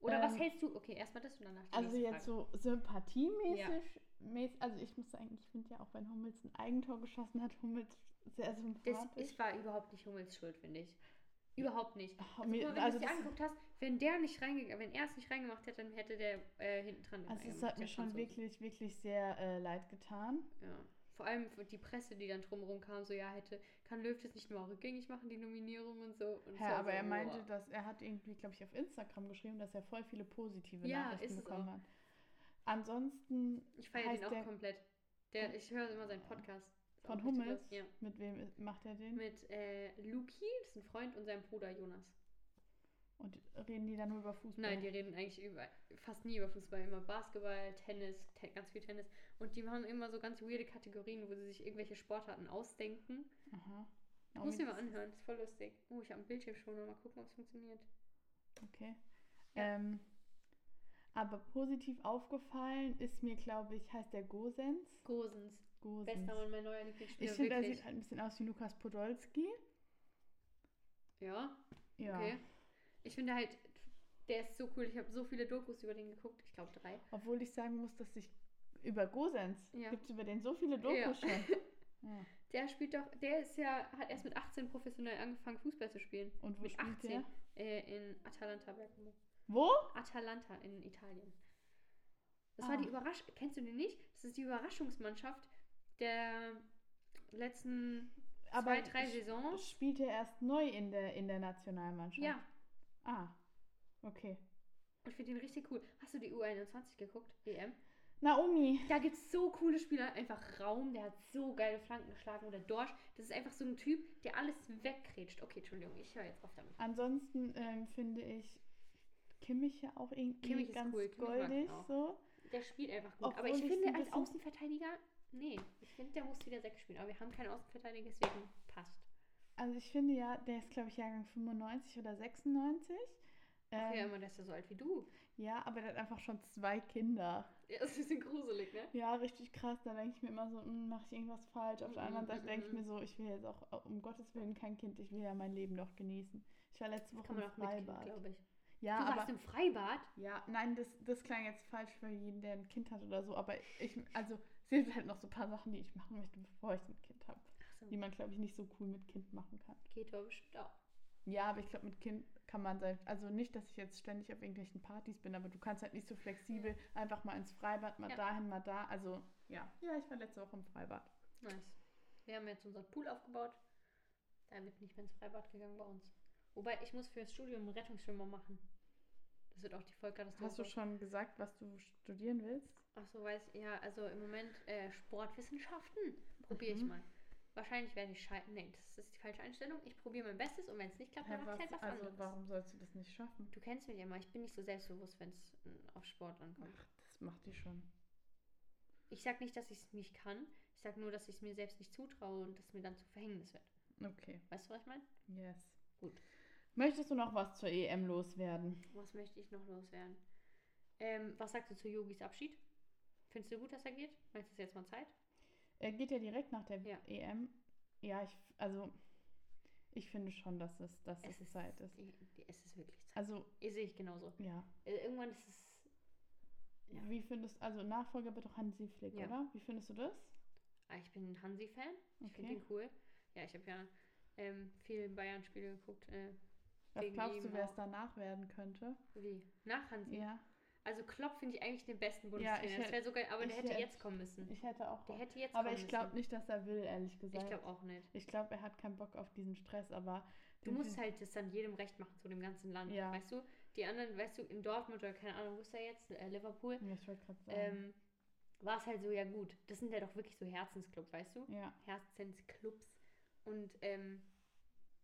Speaker 2: Oder was
Speaker 1: Ähm,
Speaker 2: hältst du? Okay, erstmal das und danach die
Speaker 1: Also
Speaker 2: nächste
Speaker 1: jetzt
Speaker 2: Frage.
Speaker 1: so sympathiemäßig. mäß- Also ich muss sagen, ich finde ja auch, wenn Hummels ein Eigentor geschossen hat, Hummels sehr
Speaker 2: Das
Speaker 1: sympathisch.
Speaker 2: ist, war überhaupt nicht Hummels Schuld, finde ich. Überhaupt nicht.
Speaker 1: Ach,
Speaker 2: Also,
Speaker 1: mir-
Speaker 2: guck mal, wenn
Speaker 1: also
Speaker 2: du es dir
Speaker 1: das-
Speaker 2: angeguckt hast, wenn der nicht reingegangen, wenn er es nicht reingemacht hätte, dann hätte der äh, hinten dran den
Speaker 1: also es
Speaker 2: reingemacht,
Speaker 1: hat mir
Speaker 2: der
Speaker 1: schon
Speaker 2: Franzose.
Speaker 1: wirklich, wirklich sehr äh, leid getan.
Speaker 2: Ja. vor allem für die Presse, die dann drumherum kam, so ja, hätte, kann Löw das nicht mal rückgängig machen, die Nominierung und so. Und
Speaker 1: Ja,
Speaker 2: so,
Speaker 1: aber
Speaker 2: so,
Speaker 1: er meinte,
Speaker 2: boah.
Speaker 1: dass er hat irgendwie, glaube ich, auf Instagram geschrieben, dass er voll viele positive
Speaker 2: Ja, ist
Speaker 1: Nachrichten
Speaker 2: es
Speaker 1: bekommen hat. Ansonsten
Speaker 2: Ich feiere den
Speaker 1: heißt
Speaker 2: auch
Speaker 1: der-
Speaker 2: komplett. Der, ich höre immer seinen Podcast. Ist auch
Speaker 1: von
Speaker 2: richtig
Speaker 1: Hummels,
Speaker 2: los. Ja.
Speaker 1: mit wem i- macht er den?
Speaker 2: Mit äh, Luki, das ist ein Freund, und seinem Bruder Jonas.
Speaker 1: Und reden die dann nur über Fußball?
Speaker 2: Nein, die reden eigentlich über, fast nie über Fußball, immer Basketball, Tennis, te ganz viel Tennis. Und die machen immer so ganz weirde Kategorien, wo sie sich irgendwelche Sportarten ausdenken.
Speaker 1: Aha.
Speaker 2: Ich
Speaker 1: Naomi,
Speaker 2: muss dir mal
Speaker 1: das-
Speaker 2: anhören, ist voll lustig. Oh, ich habe einen Bildschirm schon, mal gucken, ob es funktioniert.
Speaker 1: Okay.
Speaker 2: Ja.
Speaker 1: Ähm, aber positiv aufgefallen ist mir, glaube ich, heißt der Gosens.
Speaker 2: Gosens,
Speaker 1: Gosens.
Speaker 2: bester Mann, mein neuer
Speaker 1: Ich
Speaker 2: Lieblingsspieler,
Speaker 1: finde, er
Speaker 2: wirklich.
Speaker 1: sieht ein bisschen aus wie Lukas Podolski.
Speaker 2: Ja,
Speaker 1: Ja.
Speaker 2: okay. Ich finde halt, der ist so cool. Ich habe so viele Dokus über den geguckt, ich glaube drei.
Speaker 1: Obwohl ich sagen muss, dass ich über Gosens
Speaker 2: Ja.
Speaker 1: gibt es über den so viele Dokus
Speaker 2: Ja.
Speaker 1: schon.
Speaker 2: *laughs*
Speaker 1: Ja.
Speaker 2: Der spielt doch, der ist ja, hat erst mit 18 professionell angefangen, Fußball zu spielen.
Speaker 1: Und wo
Speaker 2: Mit
Speaker 1: spielt
Speaker 2: 18.
Speaker 1: der?
Speaker 2: Äh, in Atalanta Bergamo.
Speaker 1: Wo?
Speaker 2: Atalanta in Italien. Das
Speaker 1: Ah.
Speaker 2: war die Überraschung. Kennst du den nicht? Das ist die Überraschungsmannschaft der letzten
Speaker 1: Aber
Speaker 2: zwei, drei
Speaker 1: sch-
Speaker 2: Saisons.
Speaker 1: Spielt er erst neu in der, in der Nationalmannschaft?
Speaker 2: Ja,
Speaker 1: Ah, okay.
Speaker 2: und ich finde den richtig cool. Hast du die U21 geguckt? EM?
Speaker 1: Naomi.
Speaker 2: Da gibt es so coole Spieler. Einfach Raum, der hat so geile Flanken geschlagen. Oder Dorsch. Das ist einfach so ein Typ, der alles wegkrätscht. Okay, Entschuldigung, ich höre jetzt auf damit.
Speaker 1: Ansonsten ähm, finde ich Kimmich ja auch irgendwie
Speaker 2: Kimmich ist
Speaker 1: ganz
Speaker 2: cool. Kimmich mag ich
Speaker 1: goldig
Speaker 2: auch.
Speaker 1: so.
Speaker 2: Der spielt einfach gut. aber
Speaker 1: Obwohl
Speaker 2: ich
Speaker 1: ich so
Speaker 2: finde,
Speaker 1: ein
Speaker 2: als
Speaker 1: bisschen-
Speaker 2: Außenverteidiger, nee, ich finde, der muss wieder 6 spielen. Aber wir haben keinen Außenverteidiger, deswegen passt.
Speaker 1: Also ich finde ja, der ist glaube ich Jahrgang 95 oder 96. Ähm,
Speaker 2: Okay, aber der ist ja so alt wie du. *laughs*
Speaker 1: Ja, aber der hat einfach schon zwei Kinder.
Speaker 2: Ja, ist ein bisschen gruselig, ne?
Speaker 1: Ja, richtig krass. Da denke ich mir immer so, mache ich irgendwas falsch. Auf der anderen
Speaker 2: Mhm,
Speaker 1: Seite denke ich
Speaker 2: mhm.
Speaker 1: mir so, ich will jetzt auch äh, um Gottes Willen kein Kind. Ich will ja mein Leben doch genießen. Ich war letzte Woche
Speaker 2: Kann man
Speaker 1: im
Speaker 2: auch mitgehen,
Speaker 1: Freibad.
Speaker 2: glaube ich.
Speaker 1: Ja,
Speaker 2: du
Speaker 1: aber
Speaker 2: warst im Freibad?
Speaker 1: Ja, nein, das, das klang jetzt falsch für jeden, der ein Kind hat oder so, aber ich, also es sind halt noch so ein paar Sachen, die ich machen möchte, bevor ich ein Kind habe.
Speaker 2: Achso,
Speaker 1: Die man, glaube ich, nicht so cool mit Kind machen kann.
Speaker 2: geht aber bestimmt auch.
Speaker 1: Ja, aber ich glaube, mit Kind kann man sein, also nicht, dass ich jetzt ständig auf irgendwelchen Partys bin, aber du kannst halt nicht so flexibel einfach mal ins Freibad, mal
Speaker 2: Ja.
Speaker 1: dahin, mal da. Also ja, ja, ich war letzte Woche im Freibad.
Speaker 2: Nice. Wir haben jetzt unseren Pool aufgebaut. Da wird nicht mehr ins Freibad gegangen bei uns. Wobei, ich muss fürs Studium einen Rettungsschwimmer machen. Das wird auch die Vollkatastrophe.
Speaker 1: Hast du schon gesagt, was du studieren willst?
Speaker 2: Achso, weiß ja, also im Moment äh, Sportwissenschaften probiere ich
Speaker 1: Mhm.
Speaker 2: mal. Wahrscheinlich werde ich scheitern. Nee, das ist die falsche Einstellung. Ich probiere mein Bestes und wenn es nicht klappt,
Speaker 1: Hä,
Speaker 2: dann mache
Speaker 1: was,
Speaker 2: ich halt was
Speaker 1: also
Speaker 2: anderes.
Speaker 1: warum sollst du das nicht schaffen?
Speaker 2: Du kennst mich ja mal, ich bin nicht so selbstbewusst, wenn es äh, auf Sport ankommt.
Speaker 1: Ach, das macht die schon.
Speaker 2: Ich sag nicht, dass ich es nicht kann. Ich sag nur, dass ich es mir selbst nicht zutraue und dass mir dann zu Verhängnis wird.
Speaker 1: Okay,
Speaker 2: Weißt du, was ich meine?
Speaker 1: yes.
Speaker 2: Gut.
Speaker 1: Möchtest du noch was zur EM loswerden?
Speaker 2: Was möchte ich noch loswerden? Ähm, was sagst du zu Yogis Abschied? Findest du gut, dass er geht? Meinst du, es ist jetzt mal Zeit?
Speaker 1: Er Äh, geht ja direkt nach der
Speaker 2: Ja.
Speaker 1: EM. Ja, ich, also ich finde schon, dass es, dass es, Zeit ist.
Speaker 2: Es ist wirklich Zeit.
Speaker 1: Also,
Speaker 2: Ich sehe ich genauso.
Speaker 1: ja.
Speaker 2: Äh, Irgendwann ist es. Ja.
Speaker 1: Wie findest also Nachfolger wird doch Hansi Flick,
Speaker 2: Ja.
Speaker 1: oder? Wie findest du das?
Speaker 2: Ah, Ich bin ein Hansi-Fan. Ich finde
Speaker 1: Okay.
Speaker 2: ihn cool. Ja, ich habe ja ähm, viele Bayern-Spiele geguckt. Äh,
Speaker 1: Was
Speaker 2: wegen
Speaker 1: glaubst du,
Speaker 2: ihm
Speaker 1: wer es
Speaker 2: auch.
Speaker 1: danach werden könnte?
Speaker 2: wie? Nach Hansi.
Speaker 1: Ja.
Speaker 2: Also Klopp finde ich eigentlich den besten
Speaker 1: Ja, ich
Speaker 2: Bundestrainer. das
Speaker 1: hätt-
Speaker 2: wäre so geil, aber der
Speaker 1: ich
Speaker 2: hätte
Speaker 1: hätt-
Speaker 2: jetzt kommen müssen.
Speaker 1: Ich hätte auch.
Speaker 2: Mhm. Der hätte jetzt
Speaker 1: aber
Speaker 2: kommen
Speaker 1: ich glaube
Speaker 2: müssen.
Speaker 1: nicht, dass er will, ehrlich gesagt.
Speaker 2: Ich glaube auch nicht.
Speaker 1: Ich glaube, er hat keinen Bock auf diesen Stress, aber
Speaker 2: Du musst halt das dann jedem recht machen, so dem ganzen Land.
Speaker 1: Ja.
Speaker 2: Weißt du, die anderen, weißt du, in Dortmund oder keine Ahnung, wo ist er jetzt? Äh, Liverpool.
Speaker 1: *laughs* Ja, ich wollte gerade sagen.
Speaker 2: Ähm, war es halt so, ja gut. Das sind ja doch wirklich so Herzensclubs, weißt du?
Speaker 1: ja,
Speaker 2: Herzensclubs. Und ähm,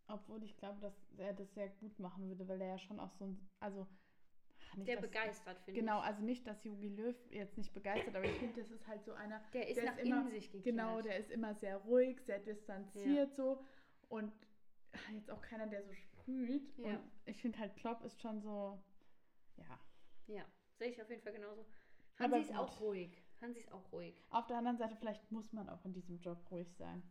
Speaker 1: obwohl ich glaube, dass er das sehr gut machen würde, weil er ja schon auch so ein also ach, nicht,
Speaker 2: der
Speaker 1: dass-
Speaker 2: begeistert, finde
Speaker 1: Genau,
Speaker 2: ich.
Speaker 1: also nicht, dass Jogi Löw jetzt nicht begeistert, aber ich finde, das ist halt so einer,
Speaker 2: Der ist
Speaker 1: der
Speaker 2: nach
Speaker 1: ist immer-
Speaker 2: innen sich gekehrt.
Speaker 1: genau, der ist immer sehr ruhig, sehr distanziert so und ah, jetzt auch keiner, der so sprüht.
Speaker 2: Ja.
Speaker 1: Und ich finde halt, Klopp ist schon so, ja.
Speaker 2: Ja, sehe ich auf jeden Fall genauso. Hansi
Speaker 1: Aber
Speaker 2: ist
Speaker 1: gut.
Speaker 2: auch ruhig. Hansi ist auch ruhig.
Speaker 1: Auf der anderen Seite, vielleicht muss man auch in diesem Job ruhig sein.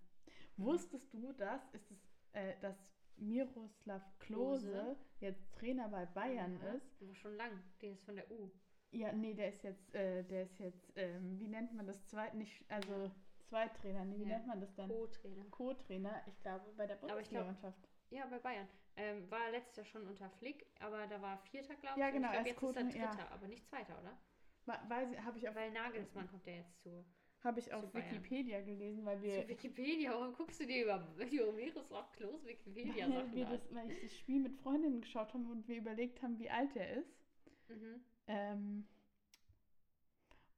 Speaker 1: Wusstest du, dass, ist es, äh, dass Miroslav Klose,
Speaker 2: Klose?
Speaker 1: jetzt Trainer bei Bayern
Speaker 2: ja,
Speaker 1: ist?
Speaker 2: Aber schon lang. Der ist von der U.
Speaker 1: Ja, nee, der ist jetzt, äh, der ist jetzt, ähm, wie nennt man das, zweit, nicht, also Zweittrainer, nee, wie
Speaker 2: Ja.
Speaker 1: nennt man das dann?
Speaker 2: Co-Trainer.
Speaker 1: Co-Trainer, ich glaube, bei der
Speaker 2: Aber ich glaub-
Speaker 1: Bundesliga-Mannschaft.
Speaker 2: Ja, bei Bayern. Ähm, war letztes Jahr schon unter Flick, aber da war Vierter, glaube ich.
Speaker 1: Ja,
Speaker 2: Und
Speaker 1: genau,
Speaker 2: Ich
Speaker 1: er
Speaker 2: glaube,
Speaker 1: ist
Speaker 2: jetzt ist er
Speaker 1: Co-Trainer, ja.
Speaker 2: Dritter, aber nicht Zweiter, oder?
Speaker 1: Wa- Weiß, habe ich auf.
Speaker 2: Weil Nagelsmann kommt ja jetzt zu
Speaker 1: Habe ich auf
Speaker 2: Super, ja.
Speaker 1: Wikipedia gelesen, weil wir,
Speaker 2: Zu Wikipedia, warum guckst du dir über Homeros auf Klos
Speaker 1: *laughs* weil,
Speaker 2: Wikipedia-Sachen
Speaker 1: wir
Speaker 2: an?
Speaker 1: das, weil ich das Spiel mit Freundinnen geschaut habe und wir überlegt haben, wie alt er ist.
Speaker 2: Mhm.
Speaker 1: Ähm,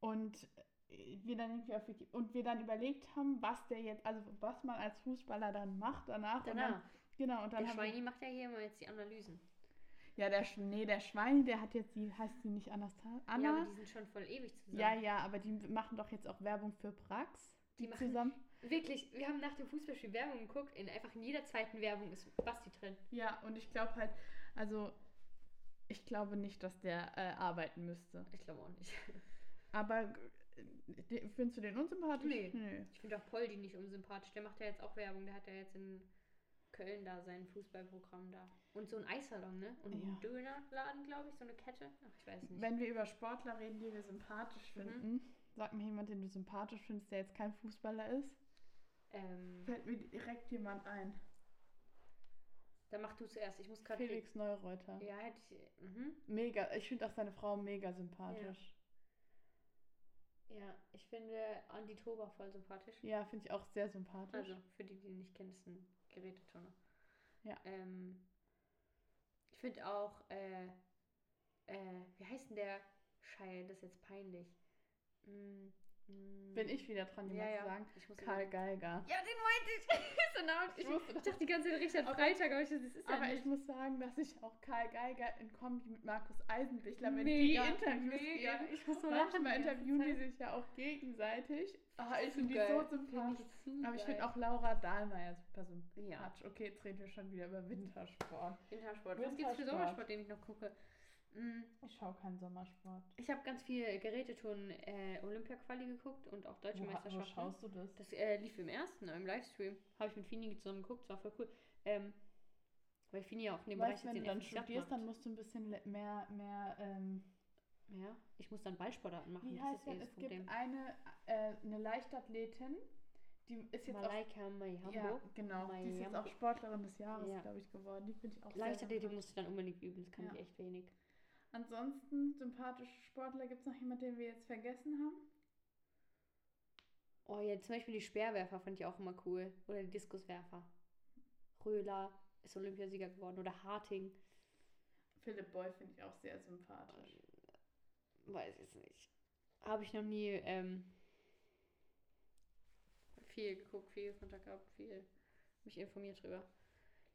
Speaker 1: und äh, wir dann irgendwie auf Wiki und wir dann überlegt haben, was der jetzt, also was man als Fußballer dann macht danach. Und dann,
Speaker 2: Danach,
Speaker 1: genau, und dann
Speaker 2: der
Speaker 1: haben wir,
Speaker 2: Schweini macht ja hier immer jetzt die Analysen.
Speaker 1: Ja, der Sch nee, der Schweini, der hat jetzt die, heißt die nicht Anastasia?
Speaker 2: Ja,
Speaker 1: Anna?
Speaker 2: aber die sind schon voll ewig zusammen.
Speaker 1: Ja, ja, aber die machen doch jetzt auch Werbung für Prax.
Speaker 2: Die
Speaker 1: Die,
Speaker 2: machen-
Speaker 1: zusammen.
Speaker 2: Wirklich, wir haben nach dem Fußballspiel Werbung geguckt. In einfach in jeder zweiten Werbung ist Basti drin.
Speaker 1: Ja, und ich glaube halt, also ich glaube nicht, dass der äh, arbeiten müsste.
Speaker 2: Ich glaube auch nicht.
Speaker 1: Aber äh, de- findest du den unsympathisch?
Speaker 2: Nee. Ich finde auch Poldi nicht unsympathisch. Der macht ja jetzt auch Werbung. Der hat ja jetzt in Köln da sein Fußballprogramm da. Und so ein Eissalon, ne? Und einen
Speaker 1: Ja.
Speaker 2: Dönerladen, glaube ich. So eine Kette. Ach, ich weiß nicht. Mhm.
Speaker 1: Wenn wir über Sportler reden, die wir sympathisch finden, sag mir jemand, den du sympathisch findest, der jetzt kein Fußballer ist.
Speaker 2: ähm,
Speaker 1: Fällt mir direkt jemand ein.
Speaker 2: dann mach du zuerst. Ich muss gerade.
Speaker 1: Felix Neureuter.
Speaker 2: Ja, hätte ich. Mhm.
Speaker 1: Mega. Ich finde auch seine Frau mega sympathisch.
Speaker 2: Ja, ich finde Andi Toba voll sympathisch.
Speaker 1: Ja, finde ich auch sehr sympathisch.
Speaker 2: Also, für die, die ihn nicht kennen, ist ein Geräteturner.
Speaker 1: Ja.
Speaker 2: Ähm, ich finde auch, äh, äh, wie heißt denn der Schei? Das ist jetzt peinlich. Mm, mm.
Speaker 1: Bin ich wieder dran, jemand
Speaker 2: ja, ja.
Speaker 1: zu sagen.
Speaker 2: Ich muss
Speaker 1: Karl
Speaker 2: überlegen.
Speaker 1: Geiger.
Speaker 2: Ja, den meinte ich. so nah, ich,
Speaker 1: Ich wusste
Speaker 2: ich
Speaker 1: das.
Speaker 2: dachte die ganze Zeit Richard
Speaker 1: Aber-
Speaker 2: Freitag, aber ich, das ist ja
Speaker 1: Aber
Speaker 2: nicht.
Speaker 1: ich muss sagen, dass ich auch Karl Geiger in Kombi mit Markus Eisenbichler, wenn
Speaker 2: Mega,
Speaker 1: die Interviews
Speaker 2: mega.
Speaker 1: geben,
Speaker 2: Ich muss so lachen
Speaker 1: manchmal
Speaker 2: die ganze
Speaker 1: interviewen die
Speaker 2: Zeit.
Speaker 1: sich ja auch gegenseitig. Ah, ich finde die
Speaker 2: Geil.
Speaker 1: so
Speaker 2: Find ich
Speaker 1: sympathisch.
Speaker 2: super.
Speaker 1: Aber ich finde auch Laura Dahlmeier super sympathisch.
Speaker 2: Ja,
Speaker 1: Okay, jetzt reden wir schon wieder über Wintersport.
Speaker 2: Wintersport. Was gibt's für
Speaker 1: Wintersport.
Speaker 2: Sommersport, den ich noch gucke? Mm.
Speaker 1: Ich schaue keinen Sommersport.
Speaker 2: Ich habe ganz viel Geräteturnen äh, Olympia-Quali geguckt und auch Deutsche
Speaker 1: Wo, wo
Speaker 2: Meisterschaften.
Speaker 1: schaust du das?
Speaker 2: Das äh, lief im ersten, im Livestream. Habe ich mit Fini zusammen geguckt, das war voll cool. Ähm, weil Fini ja auch in dem
Speaker 1: weißt,
Speaker 2: Bereich
Speaker 1: wenn
Speaker 2: jetzt
Speaker 1: du dann
Speaker 2: den FZ
Speaker 1: studierst,
Speaker 2: macht.
Speaker 1: dann musst du ein bisschen le- mehr, mehr ähm,
Speaker 2: Ja, ich muss dann Ballsportarten machen,
Speaker 1: Wie
Speaker 2: das
Speaker 1: heißt
Speaker 2: ist eh
Speaker 1: denn?
Speaker 2: das
Speaker 1: Es
Speaker 2: Problem.
Speaker 1: gibt eine, äh, eine Leichtathletin, die ist jetzt auch.
Speaker 2: Malaika Mayambo.
Speaker 1: Ja, genau. Die ist jetzt auch
Speaker 2: Mayambo.
Speaker 1: Sportlerin des Jahres,
Speaker 2: Ja.
Speaker 1: glaube ich, geworden. Die finde ich auch sehr
Speaker 2: Leichtathletik
Speaker 1: sympathisch.
Speaker 2: musst du dann unbedingt üben, das kann
Speaker 1: Ja.
Speaker 2: ich echt wenig.
Speaker 1: Ansonsten, sympathische Sportler, gibt es noch jemanden, den wir jetzt vergessen haben?
Speaker 2: Oh ja, zum Beispiel die Speerwerfer fand ich auch immer cool. Oder die Diskuswerfer. Röhler ist Olympiasieger geworden. Oder Harting.
Speaker 1: Philipp Boy finde ich auch sehr sympathisch.
Speaker 2: Weiß jetzt nicht. Habe ich noch nie ähm, viel geguckt, viel Kontakt gehabt, viel mich informiert drüber.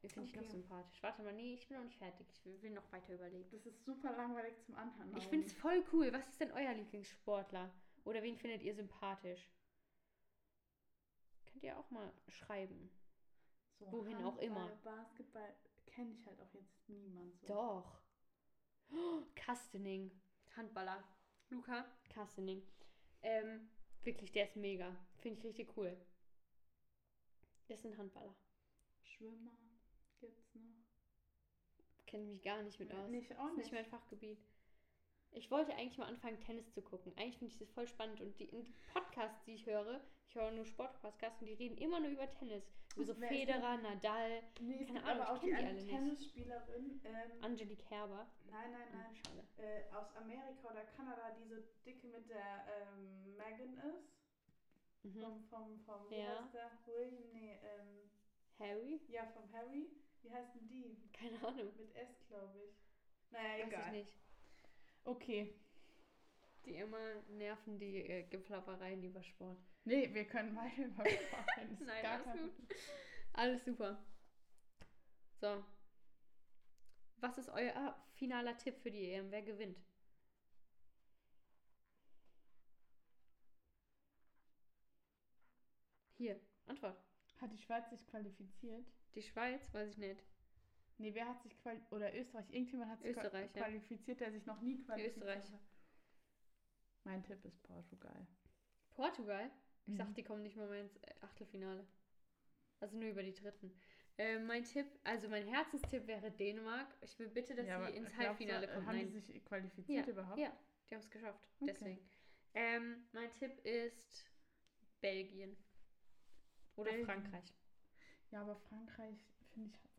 Speaker 2: Den finde ich noch
Speaker 1: Okay.
Speaker 2: sympathisch. Warte mal, nee, ich bin noch nicht fertig. Ich will, will noch weiter überlegen.
Speaker 1: Das ist super langweilig zum Anhören.
Speaker 2: Ich finde es voll cool. Was ist denn euer Lieblingssportler? Oder wen findet ihr sympathisch? Könnt ihr auch mal schreiben.
Speaker 1: so
Speaker 2: wohin auch immer.
Speaker 1: Handball, Basketball kenne ich halt auch jetzt niemand so.
Speaker 2: Doch. Oh, *gasps* Kastening. Handballer. Luca? Kastening. Ähm, wirklich, der ist mega. Finde ich richtig cool. Das sind Handballer.
Speaker 1: Schwimmer gibt's noch.
Speaker 2: Kenne mich gar nicht mit aus.
Speaker 1: Nee, ich auch
Speaker 2: ist
Speaker 1: nicht.
Speaker 2: nicht mein Fachgebiet. Ich wollte eigentlich mal anfangen, Tennis zu gucken. Eigentlich finde ich das voll spannend. Und die, in die Podcasts, die ich höre, ich höre nur Sportpodcasts und die reden immer nur über Tennis. Über so
Speaker 1: Wer ist denn-
Speaker 2: Federer, Nadal,
Speaker 1: Nee, es
Speaker 2: Keine
Speaker 1: gibt
Speaker 2: Ahnung,
Speaker 1: aber
Speaker 2: ich
Speaker 1: auch
Speaker 2: kenn
Speaker 1: die
Speaker 2: die
Speaker 1: eine
Speaker 2: alle nicht.
Speaker 1: Tennisspielerin. Ähm,
Speaker 2: Angelique Herber.
Speaker 1: nein, nein, nein.
Speaker 2: Ah, Schade.
Speaker 1: äh, aus Amerika oder Kanada, die so dicke mit der ähm, Megan ist.
Speaker 2: Mhm.
Speaker 1: Vom, vom, vom wie
Speaker 2: Ja.
Speaker 1: heißt der? William, nee, ähm,
Speaker 2: Harry?
Speaker 1: ja, vom Harry. Wie heißen die?
Speaker 2: Keine Ahnung.
Speaker 1: Mit S, glaube ich. Naja,
Speaker 2: Weiß ich
Speaker 1: egal.
Speaker 2: nicht.
Speaker 1: Okay.
Speaker 2: Die immer nerven die äh, Geplappereien über Sport.
Speaker 1: Nee, wir können *laughs* weiter über Sport reden.
Speaker 2: Nein,
Speaker 1: Gar
Speaker 2: alles
Speaker 1: kein
Speaker 2: gut.
Speaker 1: Problem.
Speaker 2: Alles super. So. Was ist euer finaler Tipp für die EM? Wer gewinnt? Hier, Antwort.
Speaker 1: Hat die Schweiz sich qualifiziert?
Speaker 2: Die Schweiz, weiß ich nicht.
Speaker 1: Nee, wer hat sich qualifiziert? Oder Österreich? Irgendjemand hat sich qua-
Speaker 2: Österreich, ja.
Speaker 1: qualifiziert, der sich noch nie qualifiziert
Speaker 2: Österreich.
Speaker 1: hat. Mein Tipp ist Portugal.
Speaker 2: Portugal? Ich
Speaker 1: Mhm.
Speaker 2: dachte, die kommen nicht mal mehr ins äh, Achtelfinale. Also nur über die Dritten. Äh, mein Tipp, also mein Herzenstipp wäre Dänemark. Ich will bitte, dass
Speaker 1: Ja, aber
Speaker 2: sie ins
Speaker 1: glaubst du,
Speaker 2: Halbfinale kommen.
Speaker 1: Haben
Speaker 2: Nein.
Speaker 1: die sich qualifiziert überhaupt?
Speaker 2: Ja, die haben es geschafft.
Speaker 1: Okay.
Speaker 2: Deswegen. Ähm, mein Tipp ist Belgien. Oder
Speaker 1: Belgien.
Speaker 2: Frankreich.
Speaker 1: Ja, aber Frankreich, finde ich, hat eigentlich nicht verdient.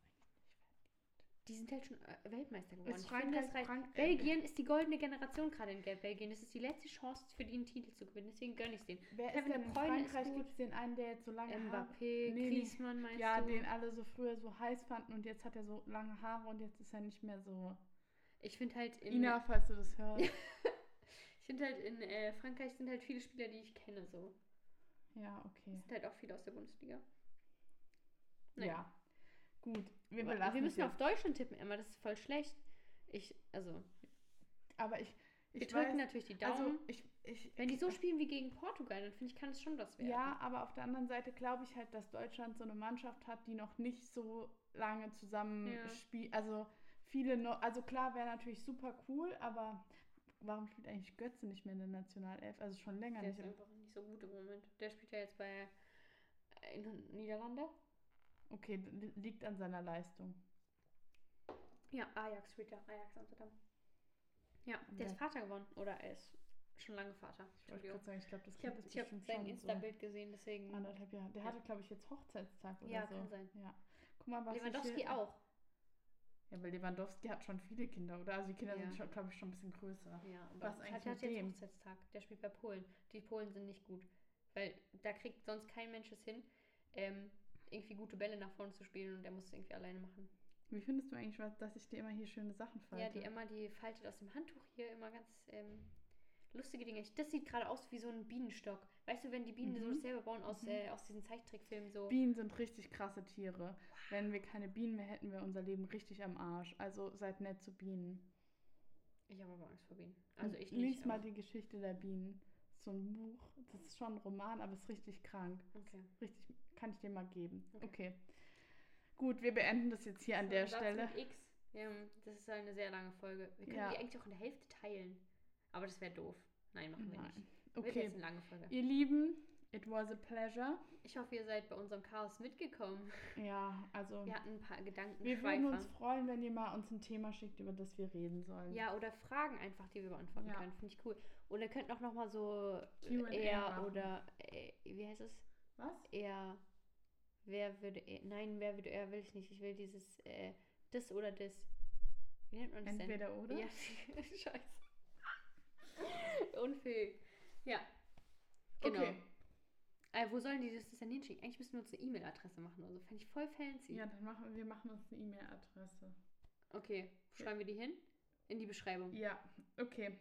Speaker 2: Die sind halt schon äh, Weltmeister geworden.
Speaker 1: Ist
Speaker 2: ich finde, das reicht.
Speaker 1: Frank
Speaker 2: Belgien ist die goldene Generation gerade in Gel- Belgien. Das ist die letzte Chance für die einen Titel zu gewinnen. Deswegen gönne ich es denen.
Speaker 1: Wer ist
Speaker 2: Kevin
Speaker 1: denn
Speaker 2: De
Speaker 1: in
Speaker 2: Bruyne ist
Speaker 1: Frankreich?
Speaker 2: gut.
Speaker 1: Gibt es den einen, der jetzt so lange Haare
Speaker 2: Mbappé,
Speaker 1: Ah, nee.
Speaker 2: Griezmann meinst
Speaker 1: Ja,
Speaker 2: du?
Speaker 1: den alle so früher so heiß fanden und jetzt hat er so lange Haare und jetzt ist er nicht mehr so.
Speaker 2: Ich finde halt in,
Speaker 1: Ina, falls du das hörst.
Speaker 2: *laughs* ich find halt in äh, Frankreich sind halt viele Spieler, die ich kenne. So.
Speaker 1: ja, okay.
Speaker 2: Sind halt auch viele aus der Bundesliga. Naja.
Speaker 1: Ja. Gut, wir
Speaker 2: Aber
Speaker 1: belassen
Speaker 2: wir
Speaker 1: es
Speaker 2: müssen auf
Speaker 1: jetzt.
Speaker 2: Deutschland tippen, Emma. Das ist voll schlecht. Ich, also,
Speaker 1: Aber ich.
Speaker 2: wir
Speaker 1: ich
Speaker 2: drücken
Speaker 1: weiß,
Speaker 2: natürlich die Daumen.
Speaker 1: also ich, ich,
Speaker 2: Wenn die so spielen wie gegen Portugal, dann finde ich, kann es schon was werden.
Speaker 1: Ja, aber auf der anderen Seite glaube ich halt, dass Deutschland so eine Mannschaft hat, die noch nicht so lange zusammen
Speaker 2: Ja.
Speaker 1: spielt. Also viele, no also klar wäre natürlich super cool, aber warum spielt eigentlich Götze nicht mehr in der Nationalelf? Also schon länger
Speaker 2: Der
Speaker 1: nicht.
Speaker 2: ist einfach nicht so gut im Moment. Der spielt ja jetzt bei äh, in Niederlande.
Speaker 1: Okay, li- liegt an seiner Leistung.
Speaker 2: Ja, Ajax spielt ja. Ajax Amsterdam. Ja, der
Speaker 1: Ja.
Speaker 2: ist Vater geworden. Oder er ist schon lange Vater.
Speaker 1: Ich wollte
Speaker 2: Entschuldigung.
Speaker 1: gerade sagen, ich glaube, das
Speaker 2: Ich habe
Speaker 1: Kind
Speaker 2: hab
Speaker 1: ist bestimmt
Speaker 2: sein
Speaker 1: schon so
Speaker 2: Insta-Bild gesehen, deswegen.
Speaker 1: anderthalb Jahre. Der hatte, glaube ich, jetzt Hochzeitstag oder
Speaker 2: Ja,
Speaker 1: so.
Speaker 2: kann sein.
Speaker 1: Ja, guck mal, was ich
Speaker 2: Lewandowski
Speaker 1: hier-
Speaker 2: auch.
Speaker 1: Ja, weil Lewandowski hat schon viele Kinder, oder? Also die Kinder
Speaker 2: Ja.
Speaker 1: sind schon, glaube ich, schon ein bisschen größer.
Speaker 2: Ja, aber
Speaker 1: Was
Speaker 2: was hat,
Speaker 1: eigentlich mit
Speaker 2: hat jetzt
Speaker 1: dem?
Speaker 2: Hochzeitstag. Der spielt bei Polen. Die Polen sind nicht gut. Weil da kriegt sonst kein Mensch es hin, ähm, irgendwie gute Bälle nach vorne zu spielen und der muss es irgendwie alleine machen.
Speaker 1: Wie findest du eigentlich, was- dass ich dir immer hier schöne Sachen falte?
Speaker 2: Ja, die Emma, die faltet aus dem Handtuch hier immer ganz ähm, lustige Dinge. Ich- Das sieht gerade aus wie so ein Bienenstock. Weißt du, wenn die Bienen
Speaker 1: Mhm.
Speaker 2: so selber bauen aus,
Speaker 1: Mhm.
Speaker 2: äh, aus diesen Zeichentrickfilmen so.
Speaker 1: Bienen sind richtig krasse Tiere. Wenn wir keine Bienen mehr hätten, wäre unser Leben richtig am Arsch. Also seid nett zu Bienen.
Speaker 2: Ich habe aber Angst vor Bienen. Also ich
Speaker 1: Lies
Speaker 2: nicht.
Speaker 1: mal
Speaker 2: aber-
Speaker 1: die Geschichte der Bienen. So ein Buch. Das ist schon ein Roman, aber ist richtig krank.
Speaker 2: Okay.
Speaker 1: Richtig, kann ich dir mal geben.
Speaker 2: Okay.
Speaker 1: Okay. Gut, wir beenden das jetzt hier an der
Speaker 2: Satz
Speaker 1: Stelle.
Speaker 2: mit X. Ähm, das ist eine sehr lange Folge. Wir können
Speaker 1: Ja.
Speaker 2: die eigentlich auch in der Hälfte teilen. Aber das wäre doof. Nein, machen wir
Speaker 1: Nein.
Speaker 2: nicht. Wird jetzt
Speaker 1: Okay,
Speaker 2: eine lange Folge.
Speaker 1: ihr Lieben, it was a pleasure.
Speaker 2: Ich hoffe, ihr seid bei unserem Chaos mitgekommen.
Speaker 1: Ja, also
Speaker 2: Wir hatten ein paar Gedanken.
Speaker 1: wir würden uns freuen, wenn ihr mal uns ein Thema schickt, über das wir reden sollen.
Speaker 2: Ja, oder Fragen einfach, die wir beantworten
Speaker 1: Ja.
Speaker 2: können. Finde ich cool. Oder ihr könnt auch nochmal so
Speaker 1: Q&A
Speaker 2: eher
Speaker 1: machen.
Speaker 2: oder äh, wie heißt es?
Speaker 1: Was?
Speaker 2: Eher wer würde eher, nein, wer würde eher will ich nicht. Ich will dieses äh, das oder das. Wie nennt man das denn?
Speaker 1: Entweder oder?
Speaker 2: Ja, *laughs* scheiße. Unfähig. Ja. Genau.
Speaker 1: Okay.
Speaker 2: Äh, wo sollen die das denn hinschicken? Eigentlich müssen wir uns eine E-Mail-Adresse machen oder so. Fände ich voll fancy.
Speaker 1: Ja, dann machen wir machen uns eine E-Mail-Adresse.
Speaker 2: Okay, schreiben wir die hin? In die Beschreibung.
Speaker 1: Ja, okay.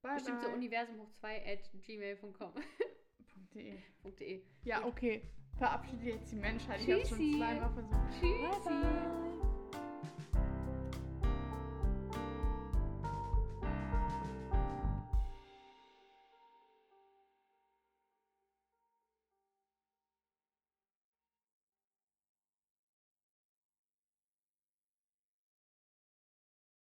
Speaker 1: Bye
Speaker 2: Bestimmt so
Speaker 1: bye.
Speaker 2: universum hoch 2 at gmail.com.
Speaker 1: .de.
Speaker 2: .de.
Speaker 1: Ja, okay. Verabschiede jetzt die Menschheit. Ich habe schon
Speaker 2: Tschüssi.
Speaker 1: zweimal versucht.
Speaker 2: Tschüssi.
Speaker 1: Bye, bye.